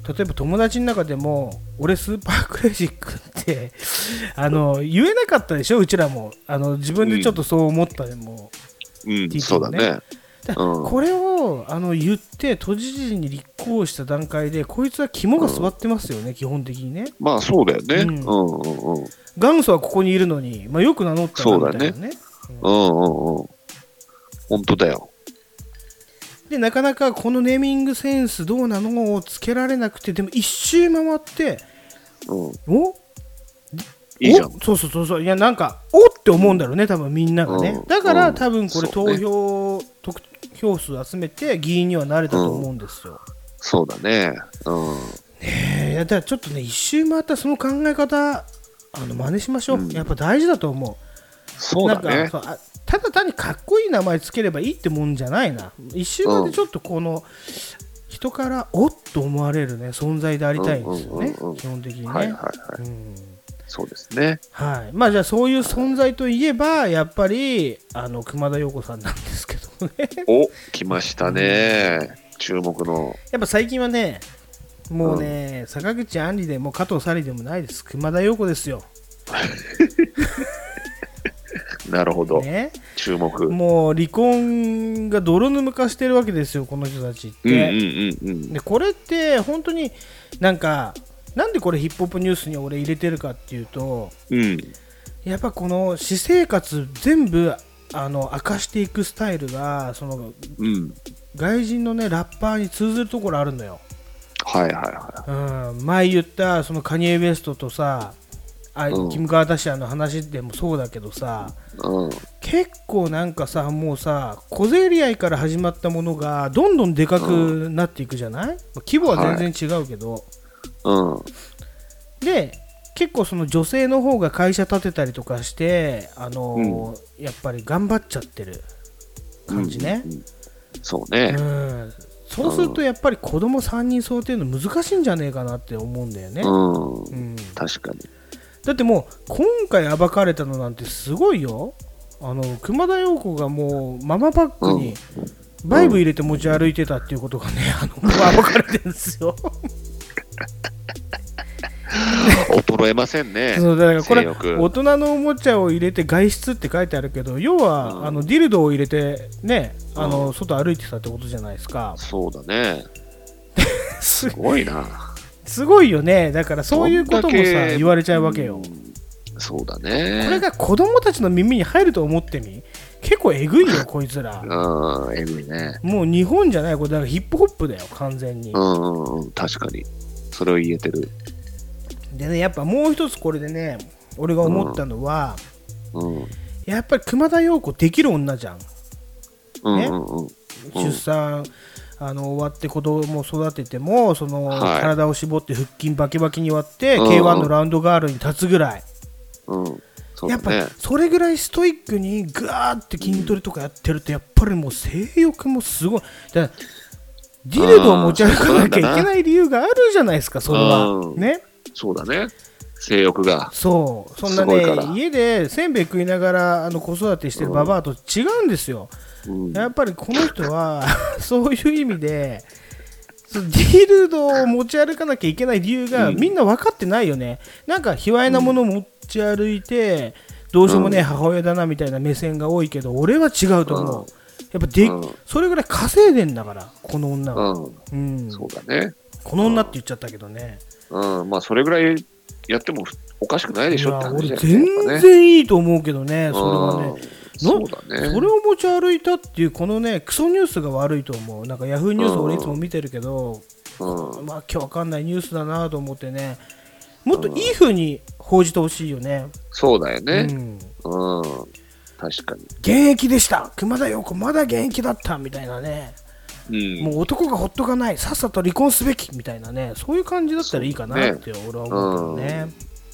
Speaker 1: 例えば友達の中でも俺スーパークレイジックって あの言えなかったでしょうちらもあの自分でちょっとそう思ったでも、
Speaker 2: うん。そうだね。
Speaker 1: だ
Speaker 2: うん
Speaker 1: これをあの言って都知事に立候補した段階でこいつは肝が座ってますよね、基本的にね
Speaker 2: まあそうだよね。う
Speaker 1: うんん
Speaker 2: うんうん。
Speaker 1: 元祖はここにいるのに、まあ、よく名乗ったなみたい
Speaker 2: そ
Speaker 1: なね
Speaker 2: うんうんうん。本当だよ。
Speaker 1: でなかなかこのネーミングセンスどうなのをつけられなくてでも一周回って
Speaker 2: うん。
Speaker 1: お
Speaker 2: いいじゃん。
Speaker 1: おそうそうそうそういやなんかおって思うんだろうね多分みんながね、
Speaker 2: うん
Speaker 1: だか
Speaker 2: う
Speaker 1: ら
Speaker 2: ん
Speaker 1: 多分これ
Speaker 2: そうね
Speaker 1: 投票、得票数集めて議員にはなれたと思うんですよ、
Speaker 2: そうだね。うん。
Speaker 1: えーいやだからちょっとね一周回ったその考え方あの真似しましょう、
Speaker 2: うん
Speaker 1: やっぱ大事だと思う
Speaker 2: そう
Speaker 1: な
Speaker 2: だ
Speaker 1: ん
Speaker 2: ね
Speaker 1: か。そうあただ単にかっこいい名前つければいいってもんじゃないな一周回っ
Speaker 2: うん
Speaker 1: てちょっとこの、人からおっと思われるね存在でありたいんですよね、
Speaker 2: うんうんうんうん
Speaker 1: 基本的にね、
Speaker 2: はいはいはい。
Speaker 1: うん
Speaker 2: そうですね。
Speaker 1: はい、まあじゃあそういう存在といえばやっぱりあの熊田陽子さんなんですけどね
Speaker 2: お、来ましたね。注目の。
Speaker 1: やっぱ最近はねもうね、坂口杏里でも加藤沙莉でもないです熊田陽子ですよ、
Speaker 2: なるほど。
Speaker 1: ね、
Speaker 2: 注目。うん
Speaker 1: もう離婚が泥沼化してるわけですよこの人たちっ
Speaker 2: うん
Speaker 1: て、
Speaker 2: うんうん。
Speaker 1: でこれって本当になんかなんでこれヒップホップニュースに俺入れてるかっていうと
Speaker 2: うん。
Speaker 1: やっぱこの私生活全部あの明かしていくスタイルがその
Speaker 2: うん。
Speaker 1: 外人のねラッパーに通ずるところあるのよ、
Speaker 2: はいはいは
Speaker 1: うん、前言ったそのカニエ・ウエストとさあ、
Speaker 2: うん
Speaker 1: キム・カーダシアンの話でもそうだけどさ
Speaker 2: い。うん。
Speaker 1: 結構なんかさもうさ小競り合いから始まったものがどんどんでかくなっていくじゃない、まあ規模は全然違うけど、
Speaker 2: うん。
Speaker 1: で結構その女性の方が会社建てたりとかして、あのーやっぱり頑張っちゃってる感じね、
Speaker 2: うんうんそうね。
Speaker 1: うんそうするとやっぱり子供3人想定の難しいんじゃねえかなって思うんだよね、
Speaker 2: うん。
Speaker 1: うん
Speaker 2: 確かに。
Speaker 1: だってもう今回暴かれたのなんてすごいよあの熊田曜子がもうママバッグにバイブ入れて持ち歩いてたっていうことがね、あのもう暴かれてるんですよ
Speaker 2: 衰えませんね。
Speaker 1: そうだからこ
Speaker 2: 性
Speaker 1: れ
Speaker 2: 欲
Speaker 1: 大人のおもちゃを入れて外出って書いてあるけど要は、
Speaker 2: うん
Speaker 1: あのディルドを入れてねあの、
Speaker 2: うん
Speaker 1: 外歩いてたってことじゃないですか
Speaker 2: そうだね。
Speaker 1: す
Speaker 2: すごいな。
Speaker 1: すごいよねだからそういうことも
Speaker 2: ど
Speaker 1: さ
Speaker 2: んだけ
Speaker 1: 言われちゃうわけよ、
Speaker 2: うんそうだね。
Speaker 1: これが子供たちの耳に入ると思ってみ結構えぐいよこいつら
Speaker 2: うん、えぐいね。
Speaker 1: もう日本じゃないこれだからヒップホップだよ完全に
Speaker 2: うんうんうん、確かに。それを言えてる。
Speaker 1: でねやっぱもう一つこれでね俺が思ったのは、
Speaker 2: うん。うん
Speaker 1: やっぱり熊田曜子できる女じゃん
Speaker 2: うんうん。うん
Speaker 1: 出産あの終わって子供を育ててもその、
Speaker 2: はい
Speaker 1: 体を絞って腹筋バキバキに割って、
Speaker 2: うん
Speaker 1: k 1のラウンドガールに立つぐらい、
Speaker 2: うん。そう
Speaker 1: や
Speaker 2: だ
Speaker 1: っぱ
Speaker 2: ね。
Speaker 1: それぐらいストイックにぐわーって筋トレとかやってるとやっぱりもう性欲もすごいだからディルドを持ち歩かなきゃいけない理由があるじゃないですかそれは
Speaker 2: うん
Speaker 1: ね
Speaker 2: そうだね。性欲が。
Speaker 1: そうそんな
Speaker 2: すごいから
Speaker 1: ね家でせんべい食いながらあの子育てしてるババアと違うんですよ、
Speaker 2: うん。
Speaker 1: やっぱりこの人は そういう意味でそうディルドを持ち歩かなきゃいけない理由が
Speaker 2: うん
Speaker 1: みんな分かってないよね、なんか卑猥なものを持ち歩いて、どうしようもねえ母親だなみたいな目線が多いけど俺は違うと思う、
Speaker 2: うん
Speaker 1: やっぱで、
Speaker 2: うん
Speaker 1: それぐらい稼いでんだからこの女は、
Speaker 2: う
Speaker 1: うん
Speaker 2: ん。そうだね。
Speaker 1: この女って言っちゃったけどね
Speaker 2: うん。まあ、それぐらいやってもおかしくないでしょって
Speaker 1: い
Speaker 2: 話だ
Speaker 1: や俺
Speaker 2: よね。や
Speaker 1: 全
Speaker 2: っぱね
Speaker 1: 然いいと思うけどねそれはね
Speaker 2: うん
Speaker 1: な
Speaker 2: そうだね。
Speaker 1: それを持ち歩いたっていうこのねクソニュースが悪いと思うなんかヤフーニュース俺いつも見てるけど、
Speaker 2: うん。
Speaker 1: まあ、今日わかんないニュースだなと思ってね、もっといい風に報じてほしいよね。
Speaker 2: そうだよね
Speaker 1: う。ん
Speaker 2: うん。確かに。
Speaker 1: 現役でした熊田曜子まだ現役だったみたいなね
Speaker 2: うん。
Speaker 1: もう男がほっとかないさっさと離婚すべきみたいなねそういう感じだったらいいかなって俺は思うけどね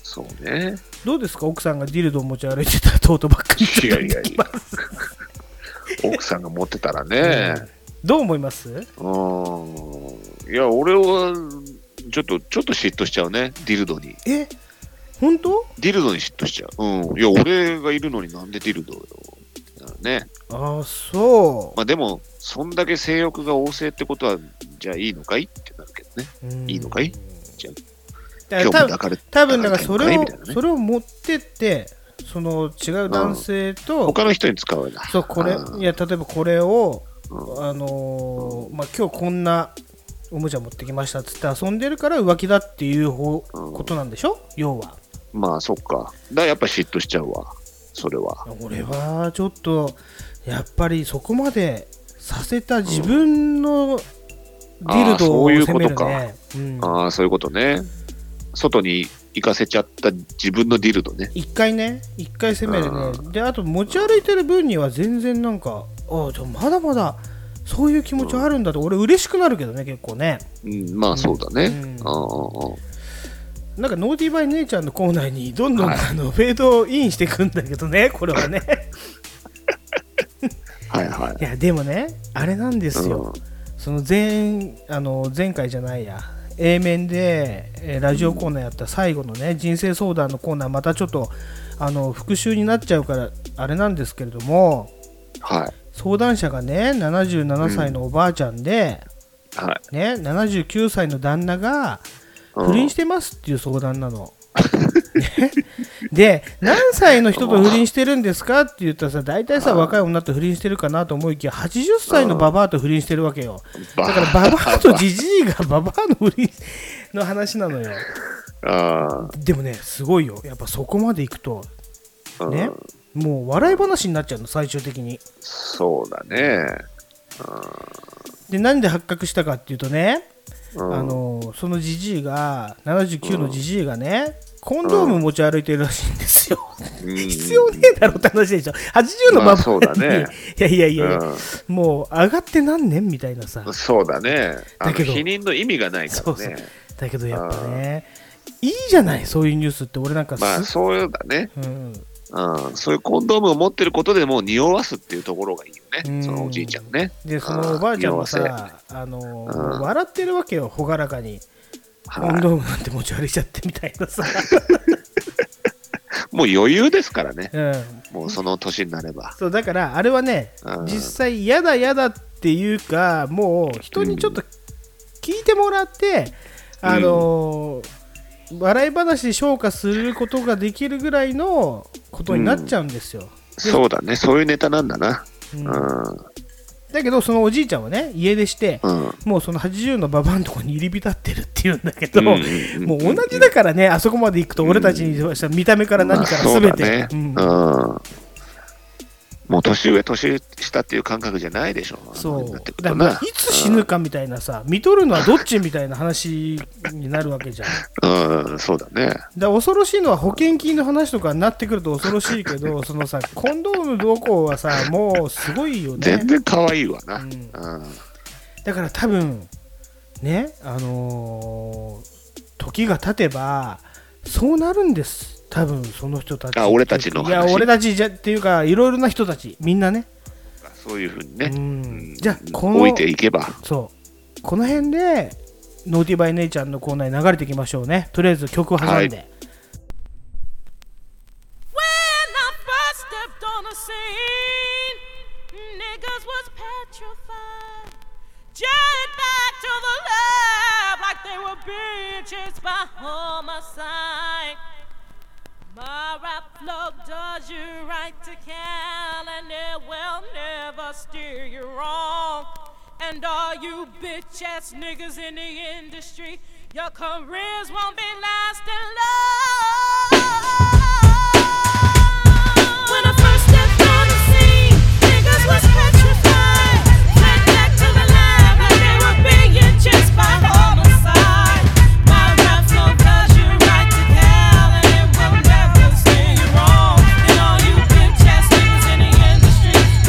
Speaker 2: そうね。
Speaker 1: どうですか奥さんがディルドを持ち歩いてたらトートバッグに
Speaker 2: いやいや
Speaker 1: い
Speaker 2: いや。奥さんが持ってたらね。
Speaker 1: どう思います
Speaker 2: うん。いや、俺は、ちょっと、ちょっと嫉妬しちゃうね。ディルドに。
Speaker 1: え本当
Speaker 2: ディルドに嫉妬しちゃう。うん。いや、俺がいるのになんでディルドよ。ね。
Speaker 1: ああそ
Speaker 2: まあでも、そんだけ性欲が旺盛ってことは、じゃあいいのかいってなるけどね。
Speaker 1: う、うん
Speaker 2: いいのかいじゃ
Speaker 1: だ
Speaker 2: 今
Speaker 1: から多
Speaker 2: 日も
Speaker 1: 分
Speaker 2: 抱かれ
Speaker 1: 多分だからそ
Speaker 2: 抱か
Speaker 1: れ
Speaker 2: れ
Speaker 1: を、
Speaker 2: てんのかいみたいなね
Speaker 1: それを持ってってその違う男性と、
Speaker 2: 他の人に使わない。
Speaker 1: そうこれ
Speaker 2: うん
Speaker 1: いや例えばこれを、
Speaker 2: う
Speaker 1: あのーまあ、今日こんなおもちゃ持ってきましたっつって遊んでるから浮気だっていう方、
Speaker 2: うん
Speaker 1: ことなんでしょ要は
Speaker 2: まあ、そっか。だからやっぱ嫉妬しちゃうわ。それは。
Speaker 1: 俺はちょっとやっぱりそこまでさせた自分のディルドを
Speaker 2: あーそういう
Speaker 1: 責
Speaker 2: こ
Speaker 1: め
Speaker 2: と
Speaker 1: る
Speaker 2: か
Speaker 1: ねうん
Speaker 2: ああ、そういうことね。外に行かせちゃった自分のディルドね。
Speaker 1: 一回ね一回攻めるねであと持ち歩いてる分には全然なんかああでもまだまだそういう気持ちあるんだって俺嬉しくなるけどね結構ね
Speaker 2: うん、まあそうだね。
Speaker 1: うん
Speaker 2: ああ
Speaker 1: なんかノーティーバイ姉ちゃんのコーナーにどんどん、
Speaker 2: はい
Speaker 1: あのフェードインしていくんだけどねこれはね
Speaker 2: ああはいは
Speaker 1: い。
Speaker 2: い
Speaker 1: やでもねあれなんですよ、その前あの前回じゃないや A 面でえーラジオコーナーやった最後のね人生相談のコーナーまたちょっとあの復習になっちゃうからあれなんですけれども
Speaker 2: はい。
Speaker 1: 相談者がね77歳のおばあちゃんで、
Speaker 2: はい。
Speaker 1: ね、79歳の旦那が
Speaker 2: うん
Speaker 1: 不倫してますっていう相談なの。 ねで何歳の人と不倫してるんですかって言ったらさ大体さ若い女と不倫してるかなと思いきや80歳のババアと不倫してるわけよだ
Speaker 2: バ
Speaker 1: からババアとジジイが ババアの不倫の話なのよ
Speaker 2: あ
Speaker 1: でもねすごいよやっぱそこまでいくと
Speaker 2: あ、うん
Speaker 1: ねもう笑い話になっちゃうの最終的に
Speaker 2: そうだね。
Speaker 1: でなんで発覚したかっていうとね
Speaker 2: うん
Speaker 1: あのそのじじいが79のじじいがね、コンドーム持ち歩いてるらしいんですよ。
Speaker 2: うん
Speaker 1: 必要ねえだろって話でしょ。80の
Speaker 2: ま
Speaker 1: バ
Speaker 2: あ
Speaker 1: バ
Speaker 2: そう
Speaker 1: ア
Speaker 2: だ
Speaker 1: に、
Speaker 2: ね
Speaker 1: いやいやいやいや、
Speaker 2: う
Speaker 1: もう上がって何年みたいなさ。
Speaker 2: そうだね。あの
Speaker 1: だけど
Speaker 2: 否認の意味がないか
Speaker 1: そ
Speaker 2: ら
Speaker 1: うそう
Speaker 2: ね。。
Speaker 1: だけどやっぱね、いいじゃない、そういうニュースって。俺なんかす、
Speaker 2: まあそういうだね。
Speaker 1: うん、
Speaker 2: うん。そういうコンドームを持ってることでもう匂わすっていうところがいいよ
Speaker 1: うん
Speaker 2: ね。そのおじいちゃんね。
Speaker 1: で、そのおばあちゃんも
Speaker 2: 匂わ
Speaker 1: さ、あの
Speaker 2: うん
Speaker 1: 笑ってるわけよ、朗らかに。コン
Speaker 2: は
Speaker 1: ドームなんて持ち歩いちゃってみたいな さ。
Speaker 2: い。もう余裕ですか らね。
Speaker 1: うん
Speaker 2: もうその年になれば。
Speaker 1: そうだからあれはね
Speaker 2: うん
Speaker 1: 実際嫌だ嫌だっていうかもう人にちょっと聞いてもらって、
Speaker 2: うん
Speaker 1: あのー笑い話で消化することができるぐらいのことになっちゃうんですよ、
Speaker 2: そうだね。そういうネタなんだな。
Speaker 1: うん
Speaker 2: う
Speaker 1: だけどそのおじいちゃんはね家出して、
Speaker 2: ん。うん。
Speaker 1: もうその80のババアのとこに入り浸ってるっていうんだけど、
Speaker 2: うんうんうんうん
Speaker 1: もう同じだからねあそこまで行くと俺たちにしたら見た目から何から全て、
Speaker 2: まあそうだね、
Speaker 1: うん
Speaker 2: うんもう年上年下っていう感覚じゃないでしょ
Speaker 1: そう
Speaker 2: なってく
Speaker 1: だ
Speaker 2: る
Speaker 1: からま
Speaker 2: とな
Speaker 1: あいつ死ぬかみたいなさ、見とるのはどっちみたいな話になるわけじゃん。だか
Speaker 2: うん、うんそうだね
Speaker 1: ら恐ろしいのは保険金の話とかになってくると恐ろしいけ ど、そのさ、コンドームどうこうはさ、もうすごいよね
Speaker 2: 全。然可愛いわな、
Speaker 1: う
Speaker 2: うんん
Speaker 1: だから多分、ね、あのー時が経てば、そうなるんです。多分その人たち。
Speaker 2: あ俺たちの話
Speaker 1: いや、俺たちじゃっていうか、いろいろな人たち、みんなね。
Speaker 2: そういうふうに
Speaker 1: う
Speaker 2: ね、
Speaker 1: ん。じゃあ、この
Speaker 2: 置いていけば
Speaker 1: そうこの辺でノーティーバイ姉ちゃんのコーナーに流れていきましょうねとりあえず曲を挟んで、
Speaker 2: は
Speaker 6: When I first stepped on the scene, niggas was petrified. Jetted back to the lab like they were bitches by homicide. My rap flow does you right to Cal, and it will never steer you wrong. And all you bitch ass niggas in the industry, your careers won't be lasting long. When I first stepped on the scene, niggas was petrified. Flat back to the line, like they were being chased by homicide. My rap's gon' cause you right to hell, and it will never steer you wrong. And all you bitch ass niggas in the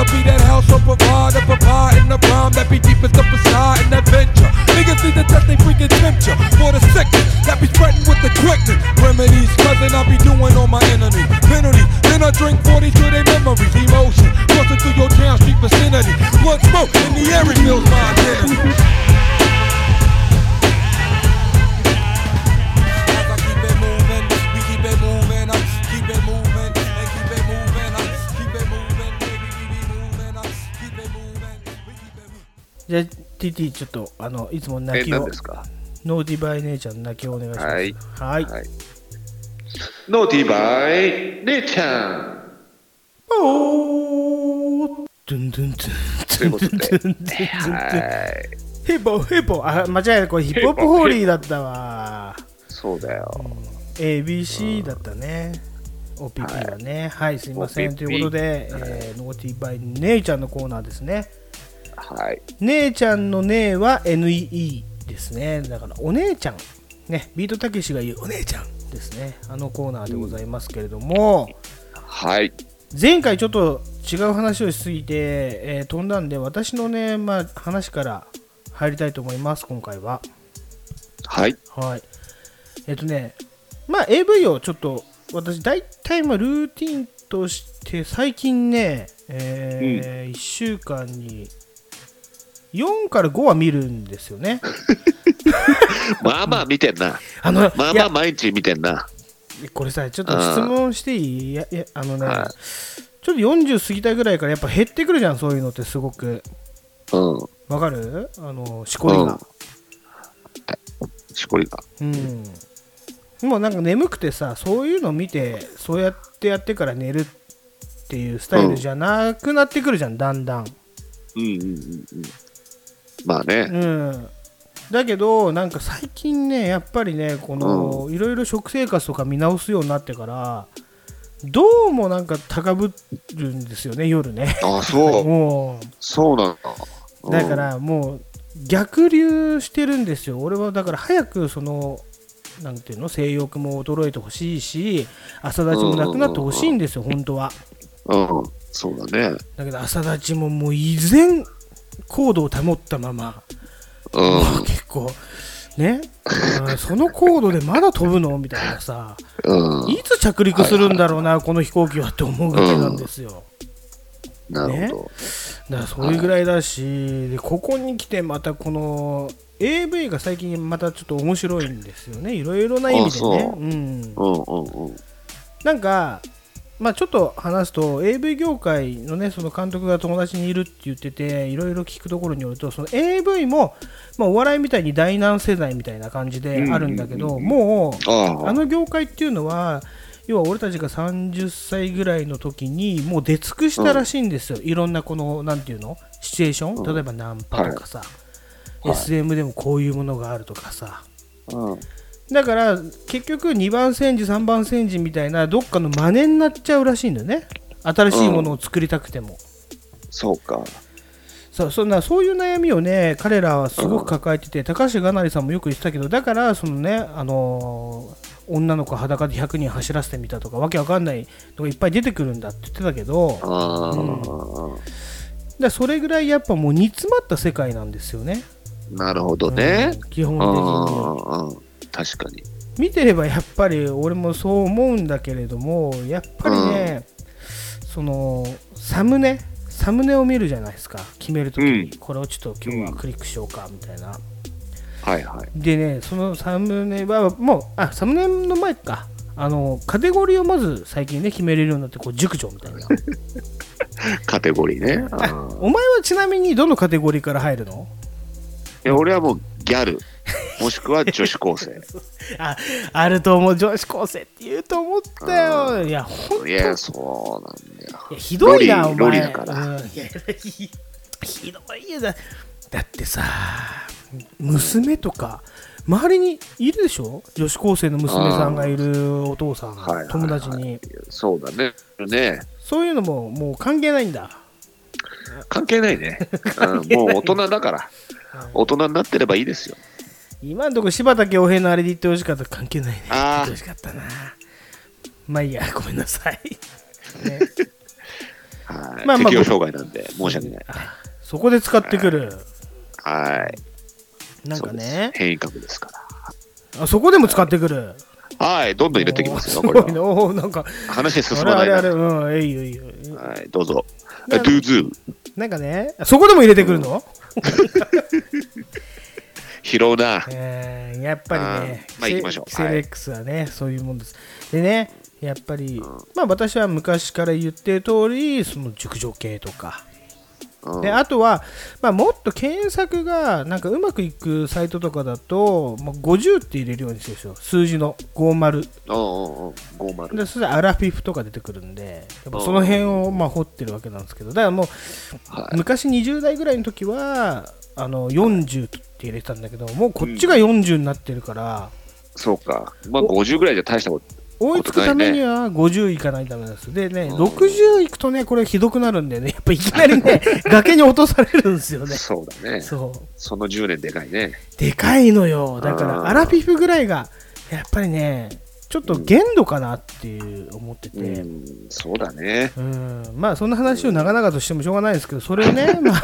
Speaker 7: God of a pie and a rhyme that be deep as the facade and adventure. Niggas need to test they freaking temperature for the sickness that be spreading with the quickness. Remedies, cousin, I be doing on my enemy. Penalty, then I drink 40 to their memories. Emotion, crossing through your town street vicinity. Blood smoke in the air reveals my identity. I keep it moving, we keep it moving, I keep it moving, and keep it moving, I keep it moving, baby, we be moving, I keep it moving, we keep it moving.
Speaker 1: じゃあ TT ちょっとあのいつもの
Speaker 2: え
Speaker 1: 泣き
Speaker 2: 何
Speaker 1: を
Speaker 2: ですか
Speaker 1: ノーディバイ姉ちゃんの泣きをお願いします
Speaker 2: はい
Speaker 1: はい
Speaker 2: はいノーティーバイ姉ちゃん
Speaker 1: おードゥンドゥンド
Speaker 2: とい
Speaker 1: ゥ
Speaker 2: う
Speaker 1: ンド
Speaker 2: こ
Speaker 1: ゥ
Speaker 2: と
Speaker 1: ンドゥン
Speaker 2: で
Speaker 1: ドゥンドゥンドゥン
Speaker 2: はい
Speaker 1: ヘボヘボあ間違えたこれヒップホップホーリーだったわ
Speaker 2: そうだよ
Speaker 1: ABC だったね OPP はねはい、すいません
Speaker 2: OPP
Speaker 1: ということで、えーノーティーバイ姉ちゃんのコーナーですね
Speaker 2: はい
Speaker 1: 姉ちゃんの姉は NEE ですねだからお姉ちゃんねビートたけしが言うお姉ちゃんですねあのコーナーでございますけれども、
Speaker 2: はい
Speaker 1: 前回ちょっと違う話をしすぎて、えー飛んだんで私のね、まあ、話から入りたいと思います今回は
Speaker 2: はい
Speaker 1: はいえっ、とねまあ AV をちょっと私大体まあルーティンとして最近ね、え1週間に4から5は見るんですよね
Speaker 2: まあまあ見てんな
Speaker 1: あの
Speaker 2: ま
Speaker 1: い
Speaker 2: あまあ
Speaker 1: や
Speaker 2: 毎日見てんな
Speaker 1: これさちょっと質問していいいやいやあのね、
Speaker 2: はい
Speaker 1: ちょっと40過ぎたぐらいからやっぱ減ってくるじゃんそういうのってすごく
Speaker 2: うん
Speaker 1: わかるあの思考力が、
Speaker 2: しこりが
Speaker 1: うん、もうなんか眠くてさそういうの見てそうやってやってから寝るっていうスタイルじゃなくなってくるじゃん、だんだん、
Speaker 2: うんうんうんうんまあ
Speaker 1: う
Speaker 2: ね
Speaker 1: ん、だけどなんか最近ねやっぱりねこのいろいろ食生活とか見直すようになってからどうもなんか高ぶるんですよね夜ね
Speaker 2: あそう
Speaker 1: も
Speaker 2: そうなんだ
Speaker 1: うだからもう逆流してるんですよ俺はだから早くそのなんていうの性欲も衰えてほしいし朝立ちもなくなってほしいんですよ、本当は
Speaker 2: うんうんそうだね
Speaker 1: だけど朝立ちももう依然高度を保ったまま、まあ
Speaker 2: う
Speaker 1: 結構ね、うんその高度でまだ飛ぶのみたいなさ
Speaker 2: んうん
Speaker 1: いつ着陸するんだろうな、この飛行機はって思うわけなんですよ、
Speaker 2: なるほど
Speaker 1: だからそれぐらいだしでここに来てまたこの AV が最近またちょっと面白いんですよねいろいろな意味で
Speaker 2: あ
Speaker 1: ね
Speaker 2: そう
Speaker 1: うん
Speaker 2: うんうんうん
Speaker 1: なんか、まあ、ちょっと話すと AV 業界のねその監督が友達にいるって言ってていろいろ聞くところによるとその AV も、まあ、お笑いみたいに第何世代みたいな感じであるんだけど、
Speaker 2: うんうんうんうん
Speaker 1: もう
Speaker 2: あ
Speaker 1: あの業界っていうのは要は俺たちが30歳ぐらいの時にもう出尽くしたらしいんですよ、いろんなこのなんていうのシチュエーション、
Speaker 2: うん
Speaker 1: 例えばナンパとかさ、
Speaker 2: はい
Speaker 1: SM でもこういうものがあるとかさ、
Speaker 2: あうん
Speaker 1: だから結局2番煎じ3番煎じみたいなどっかの真似になっちゃうらしいんだよね新しいものを作りたくても、
Speaker 2: そうか
Speaker 1: そうそんなそういう悩みをね彼らはすごく抱えてて、高橋がなりさんもよく言ってたけどだからそのねあのー女の子裸で100人走らせてみたとかわけわかんないのがいっぱい出てくるんだって言ってたけどだか
Speaker 2: あ
Speaker 1: らそれぐらいやっぱもう煮詰まった世界なんですよね
Speaker 2: あなるほどね
Speaker 1: うん基
Speaker 2: う
Speaker 1: 本
Speaker 2: ん
Speaker 1: 的に。
Speaker 2: うん確かに
Speaker 1: 見てればやっぱり俺もそう思うんだけれどもやっぱりね、そのサムネサムネを見るじゃないですか決めるときに、
Speaker 2: うん
Speaker 1: これをちょっと今日はクリックしようかみたいな、
Speaker 2: はいはい
Speaker 1: でねそのサムネはもうあサムネの前かあのカテゴリーをまず最近ね決めれるようになってこう熟女みた いな
Speaker 2: カテゴリーねあ
Speaker 1: あ
Speaker 2: ー
Speaker 1: お前はちなみにどのカテゴリーから入るの
Speaker 2: いや俺はもうギャルもしくは女子 高生
Speaker 1: ああると思う女子高生って言うと思ったよいやほん
Speaker 2: いやそうなんだよ
Speaker 1: いやひどいな、お前。
Speaker 2: ロリロリだから
Speaker 1: うんいやひひどいよだ。だってさ、娘とか、周りにいるでしょ女子高生の娘さんがいるお父さん、
Speaker 2: はいはいはい
Speaker 1: 友達に。
Speaker 2: そうだねね
Speaker 1: そういうのももう関係ないんだ。
Speaker 2: 関係ないね、うん、もう大人 だから大人になってればいいですよ
Speaker 1: 今のところ柴田恭平のあれで言ってほしかった関係ないね。言っ
Speaker 2: あー
Speaker 1: てほしかったな。まあいいや、ごめんなさい。ね
Speaker 2: はい、
Speaker 1: まあまあ
Speaker 2: 適応障害なんで申し訳ない
Speaker 1: そこで使ってくる。
Speaker 2: はい。
Speaker 1: なんか
Speaker 2: そうです
Speaker 1: ね。
Speaker 2: 変異株ですか
Speaker 1: あ、そこでも使ってくる。
Speaker 2: ら。はい。どんどん入れてきますよ、
Speaker 1: おー
Speaker 2: こ
Speaker 1: す
Speaker 2: れ
Speaker 1: ごい
Speaker 2: は。
Speaker 1: な。おーなんか、
Speaker 2: 話進
Speaker 1: あれ
Speaker 2: まな
Speaker 1: あ
Speaker 2: い
Speaker 1: れ
Speaker 2: な
Speaker 1: あれ、うん、えいよいいよ。
Speaker 2: はい、どうぞ。えドゥーズー。
Speaker 1: なんかね、そこでも入れてくるの
Speaker 2: 拾うな。
Speaker 1: えーやっぱりね、
Speaker 2: あーまあ行きましょう
Speaker 1: セ
Speaker 2: はい
Speaker 1: レックスはね、そういうもんです。でね、やっぱり、まあ私は昔から言ってる通り、その熟女系とか、
Speaker 2: うん
Speaker 1: であとは、まあ、もっと検索がなんかうまくいくサイトとかだと、まあ、50って入れるようにしてるんですよ数字の50
Speaker 2: おうおうおう50。
Speaker 1: でそれでアラフィフとか出てくるんでやっぱその辺をまあ掘ってるわけなんですけどだからも
Speaker 2: は
Speaker 1: う昔20代ぐらいの時はあの40って入れてたんだけどもうこっちが40になってるから、
Speaker 2: そうか。まあ50ぐらいじゃ大したこと。
Speaker 1: 追いつくためには50いかないとダメなんですでね
Speaker 2: うん
Speaker 1: 60いくとねこれひどくなるんでねやっぱいきなり ね崖に落とされるんですよね
Speaker 2: そうだね。
Speaker 1: そう
Speaker 2: その10年でかいね。
Speaker 1: でかいのよだか
Speaker 2: あ
Speaker 1: ら
Speaker 2: ー
Speaker 1: アラフィフぐらいがやっぱりねちょっと限度かなっていう思ってて、
Speaker 2: う
Speaker 1: うん
Speaker 2: ん、そうだね。
Speaker 1: まあそんな話を長々としてもしょうがないですけどそれを ね、まあ、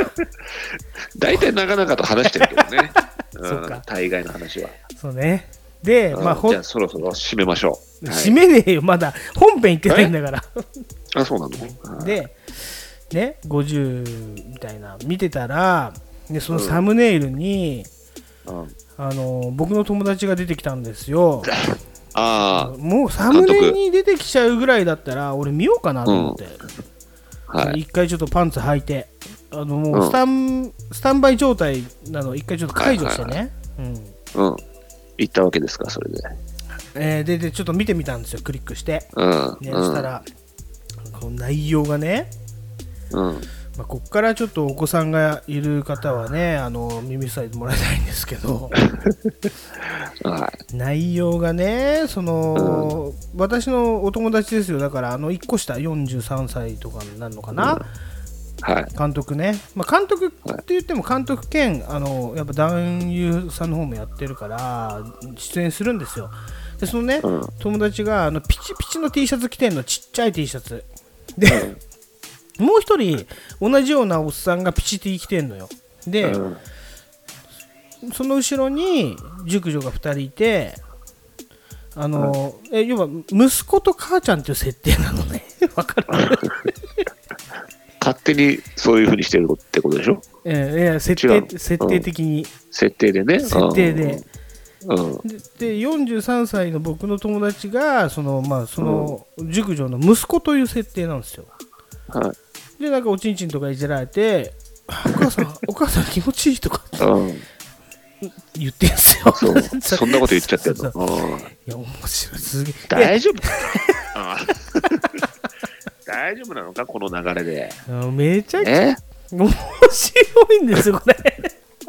Speaker 2: 大体なかなかと話してるけどね。
Speaker 1: そうか
Speaker 2: ん大概の話は。
Speaker 1: そうねで、まあ
Speaker 2: うん
Speaker 1: ほ
Speaker 2: じゃあそろそろ締めましょう。はい
Speaker 1: 締めねえよまだ本編行ってないんだから
Speaker 2: あ、そうなのは い
Speaker 1: で、ね、50みたいな見てたらでそのサムネイルに、
Speaker 2: うん
Speaker 1: あの僕の友達が出てきたんですよ
Speaker 2: あ
Speaker 1: もうサムネに出てきちゃうぐらいだったら俺見ようかなと思って、
Speaker 2: あ、はい。
Speaker 1: 一回ちょっとパンツ履いてあのもううんスタン、スタンバイ状態なのを一回ちょっと解除して
Speaker 2: はい
Speaker 1: ね、うん
Speaker 2: うん。行ったわけですか、それで。
Speaker 1: えーででちょっと見てみたんですよクリックして、
Speaker 2: うん。
Speaker 1: ね
Speaker 2: うん
Speaker 1: そしたらこの内容がね、
Speaker 2: うん。
Speaker 1: まあ、こっからちょっとお子さんがいる方はねあの耳塞いでもらいたいんですけ ど
Speaker 2: はい。
Speaker 1: 内容がねその、私のお友達ですよだからあの1個下43歳とかになるのかな、
Speaker 2: はい。
Speaker 1: 監督ね、まあ、監督って言っても監督兼あのやっぱ男優さんの方もやってるから出演するんですよでそのね、
Speaker 2: うん
Speaker 1: 友達があのピチピチの T シャツ着てんのちっちゃい T シャツで、もう一人同じようなおっさんがピチ T 着てんのよで、
Speaker 2: うん
Speaker 1: その後ろに熟女が2人いてあの、え要は息子と母ちゃんっていう設定なのね わかる
Speaker 2: 勝手にそういうふうにしてるってことでしょ
Speaker 1: ええええ設
Speaker 2: 違う
Speaker 1: 定
Speaker 2: の
Speaker 1: 設定的に、
Speaker 2: 設定でね。
Speaker 1: 設定で
Speaker 2: うん。うん。
Speaker 1: でで43歳の僕の友達がその,、まあ、その熟女の息子という設定なんですよ
Speaker 2: はい。
Speaker 1: でなんかおちんちんとかいじられて「あお母さん お母さん気持ちいい」とか
Speaker 2: うん。
Speaker 1: 言ってんすよ
Speaker 2: そう。そんなこと言っちゃってる
Speaker 1: そう
Speaker 2: の
Speaker 1: そう。
Speaker 2: うん
Speaker 1: いや面白いすげえ
Speaker 2: 大丈夫 ああ大丈夫なのか、この流れで。
Speaker 1: あのめちゃくちゃ
Speaker 2: え
Speaker 1: 面白いんですよこ れ、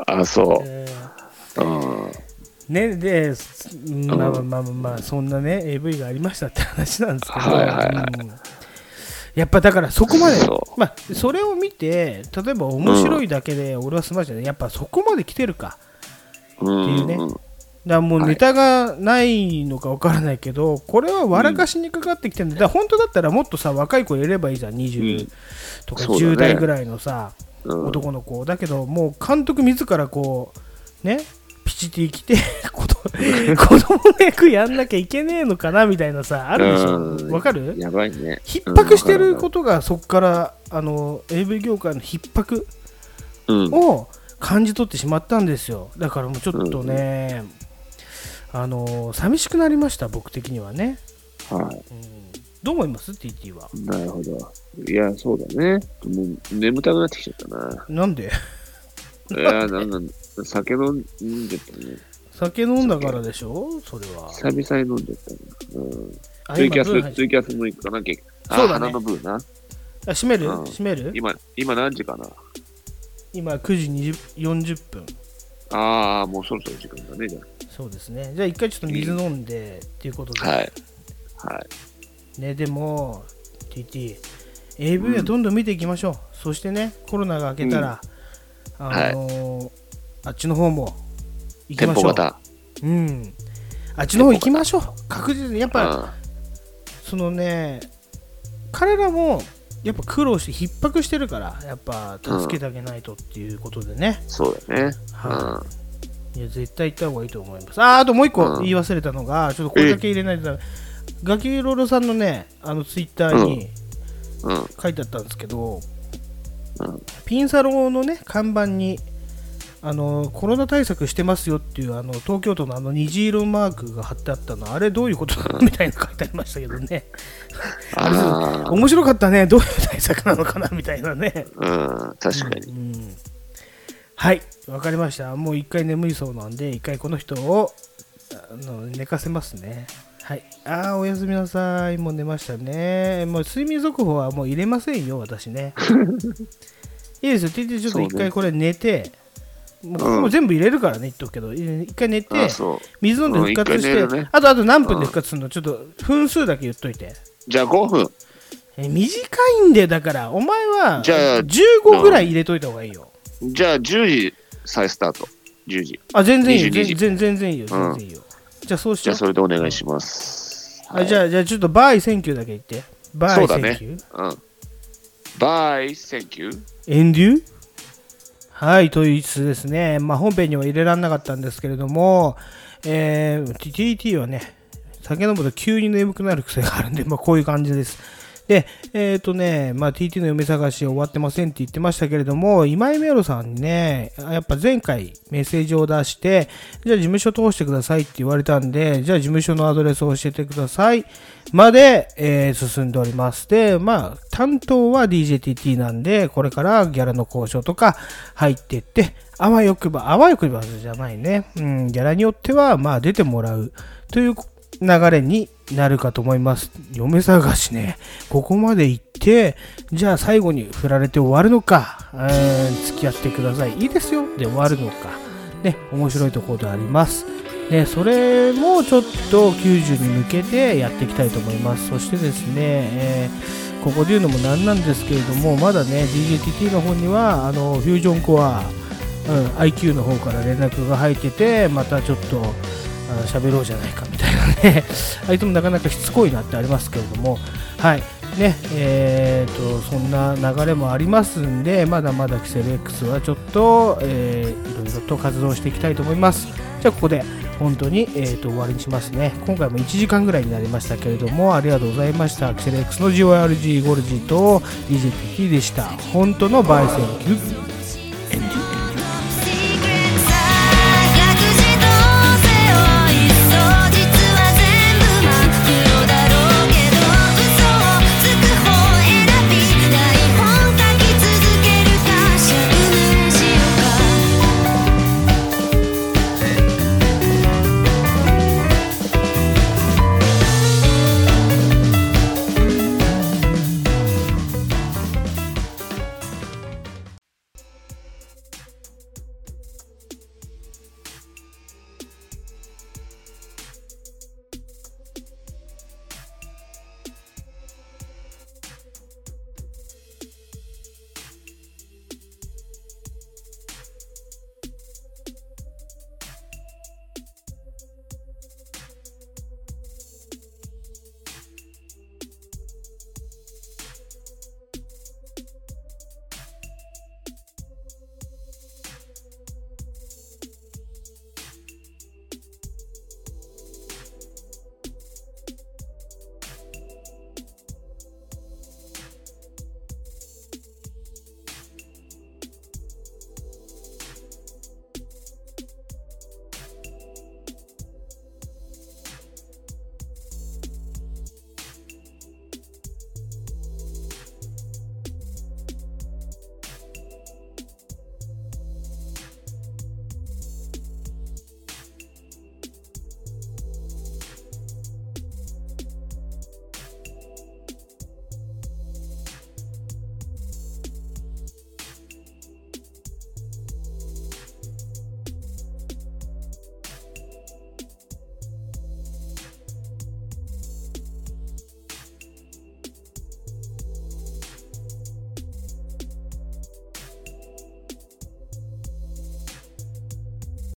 Speaker 2: あ、そ
Speaker 1: えー
Speaker 2: う。うん。
Speaker 1: ねで、すまあまあまあまあまあそんなね AV がありましたって話なんですけど、
Speaker 2: はいはいはい
Speaker 1: うんやっぱだからそこまで
Speaker 2: そ
Speaker 1: まあ、それを見て例えば面白いだけで俺は済ましゃねやっぱそこまで来てるか
Speaker 2: うん
Speaker 1: っていうね
Speaker 2: うん
Speaker 1: だからもう
Speaker 2: はい
Speaker 1: ネタがないのかわからないけど、これは笑かしにかかってきてるんだ,、だから本当だったらもっとさ若い子入れればいいじゃん
Speaker 2: う
Speaker 1: 20
Speaker 2: ん
Speaker 1: とか
Speaker 2: そうだね
Speaker 1: 10代ぐらいのさ、
Speaker 2: うん
Speaker 1: 男の子だけどもう監督自らこうねピチティ来て 子 供子供の役やんなきゃいけねえのかなみたいなさあるでし
Speaker 2: う
Speaker 1: ょ
Speaker 2: ん
Speaker 1: わかる
Speaker 2: やばいね。。
Speaker 1: 逼迫してることとがそこからあの AV 業界の逼迫
Speaker 2: うん。
Speaker 1: を感じ取ってしまったんですよだからもうちょっとね、あの寂しくなりました僕的にはね、
Speaker 2: は。
Speaker 1: うん、どう思います TT はい
Speaker 2: なるほど。いや、そうだね。もう眠たくなってきちゃったな。
Speaker 1: なんで
Speaker 2: いや、なんなん酒飲んじゃったね。
Speaker 1: 酒飲んだからでしょそれは
Speaker 2: 久々に飲んじゃったね。うん。
Speaker 1: あ
Speaker 2: ツイキャ
Speaker 1: 今ブー入っ
Speaker 2: ス、ツイキャスも行かなきゃいけない。あ
Speaker 1: そうだね
Speaker 2: 花のブーな。
Speaker 1: あ閉める
Speaker 2: うん
Speaker 1: 閉める
Speaker 2: 今、今何時かな
Speaker 1: 今9時20 40分
Speaker 2: ああ、もうそろそろ時間だね、じゃ
Speaker 1: そうですねじゃあ一回ちょっと水飲んでっていうことで、
Speaker 2: あ。はい。はい。
Speaker 1: ねでも TT AV はどんどん見ていきましょう、そしてねコロナが明けたら、あのーあっちの方も行き
Speaker 2: 店
Speaker 1: まし
Speaker 2: 舗
Speaker 1: ょう
Speaker 2: 型。
Speaker 1: うんあっちの方行きましょう確実にやっぱ
Speaker 2: う
Speaker 1: そのね彼らもやっぱ苦労して逼迫してるからやっぱ助けてあげないとっていうことでね、
Speaker 2: そうだね。
Speaker 1: はいいや絶対行った方がいいと思いますあーあともう一
Speaker 2: う
Speaker 1: 個
Speaker 2: ん
Speaker 1: 言い忘れたのが、ちょっとこれだけ入れないとダメガキロロさんのねあのツイッターに
Speaker 2: うん。うん。
Speaker 1: 書いてあったんですけど、
Speaker 2: うん
Speaker 1: ピンサロのね看板にあのコロナ対策してますよっていうあの東京都のあの虹色マークが貼ってあったのあれどういうことなのみたいなの書いてありましたけどね
Speaker 2: あら
Speaker 1: 面白かったねどういう対策なのかなみたいなね
Speaker 2: ー、うん。確かに。
Speaker 1: うんはい、わかりました。もう一回眠いそうなんで、一回この人をあの寝かせますね。はい。ああ、おやすみなさい。もう寝ましたね。もう睡眠続報はもう入れませんよ、私 ね。いいですよ、ててちょっと一
Speaker 2: そうね
Speaker 1: 回これ寝て、もうこれ
Speaker 2: うん
Speaker 1: も全部入れるからね、言っとくけど、い一回寝て
Speaker 2: あ、そう。
Speaker 1: 水飲んで復活して、
Speaker 2: うん一回寝るね
Speaker 1: あとあと何分で復活するの、ちょっと分数だけ言っといて。
Speaker 2: じゃあ5分。
Speaker 1: え短いんだよ、だから、お前は
Speaker 2: じゃあ
Speaker 1: 15ぐらい入れといた方がいいよ。
Speaker 2: じゃあ10時再スタート。10時。
Speaker 1: あ、全然いいよ。
Speaker 2: 22
Speaker 1: 全
Speaker 2: 時
Speaker 1: 然、全然いいよ。
Speaker 2: うん
Speaker 1: 全然いいよ。じゃあ、そうし
Speaker 2: じゃ
Speaker 1: よ
Speaker 2: あ
Speaker 1: う。
Speaker 2: それでお願いします。
Speaker 1: あじゃあ、じゃあ、ちょっと、バイセンキューだけ言って。バ
Speaker 2: そう
Speaker 1: イ
Speaker 2: だ
Speaker 1: セン
Speaker 2: ね
Speaker 1: キュー。。
Speaker 2: うん。バイ、センキュー。
Speaker 1: エンデューはい、というつですね。まあ、本編には入れられなかったんですけれども、えー、TTT はね、酒飲むと急に眠くなる癖があるんで、まあ、こういう感じです。で、えっ、とね、まあ、TT の嫁探し終わってませんって言ってましたけれども、今井メロさんにね、やっぱ前回メッセージを出して、じゃあ事務所通してくださいって言われたんで、じゃあ事務所のアドレスを教えてくださいまで、えー進んでおります。で、まあ、担当は DJTT なんで、これからギャラの交渉とか入ってって、あわよくば、あわよくばじゃないね。うん、ギャラによっては、まあ、出てもらうという流れになるかと思います。嫁探しね、ここまで行って、じゃあ最後に振られて終わるのか、えー付き合ってください。いいですよ。で終わるのか。ね、面白いところであります。ね、それもちょっと90に向けてやっていきたいと思います。そしてですね、えーここで言うのもなんなんですけれども、まだね、DJTT の方には、あの、フュージョンコア、うん、IQ の方から連絡が入ってて、またちょっと、あ喋ろうじゃないかみたいなね、 あいつもなかなかしつこいなってありますけれども、はい、ね、えー、と、そんな流れもありますんで、まだまだキセル X はちょっと、えー、いろいろと活動していきたいと思います。じゃあ、ここで、本当に、えー、と終わりにしますね。今回も1時間ぐらいになりましたけれども、ありがとうございました。キセル X の GYRG ゴルジーと DJPT でした。本当のバイセンキュー。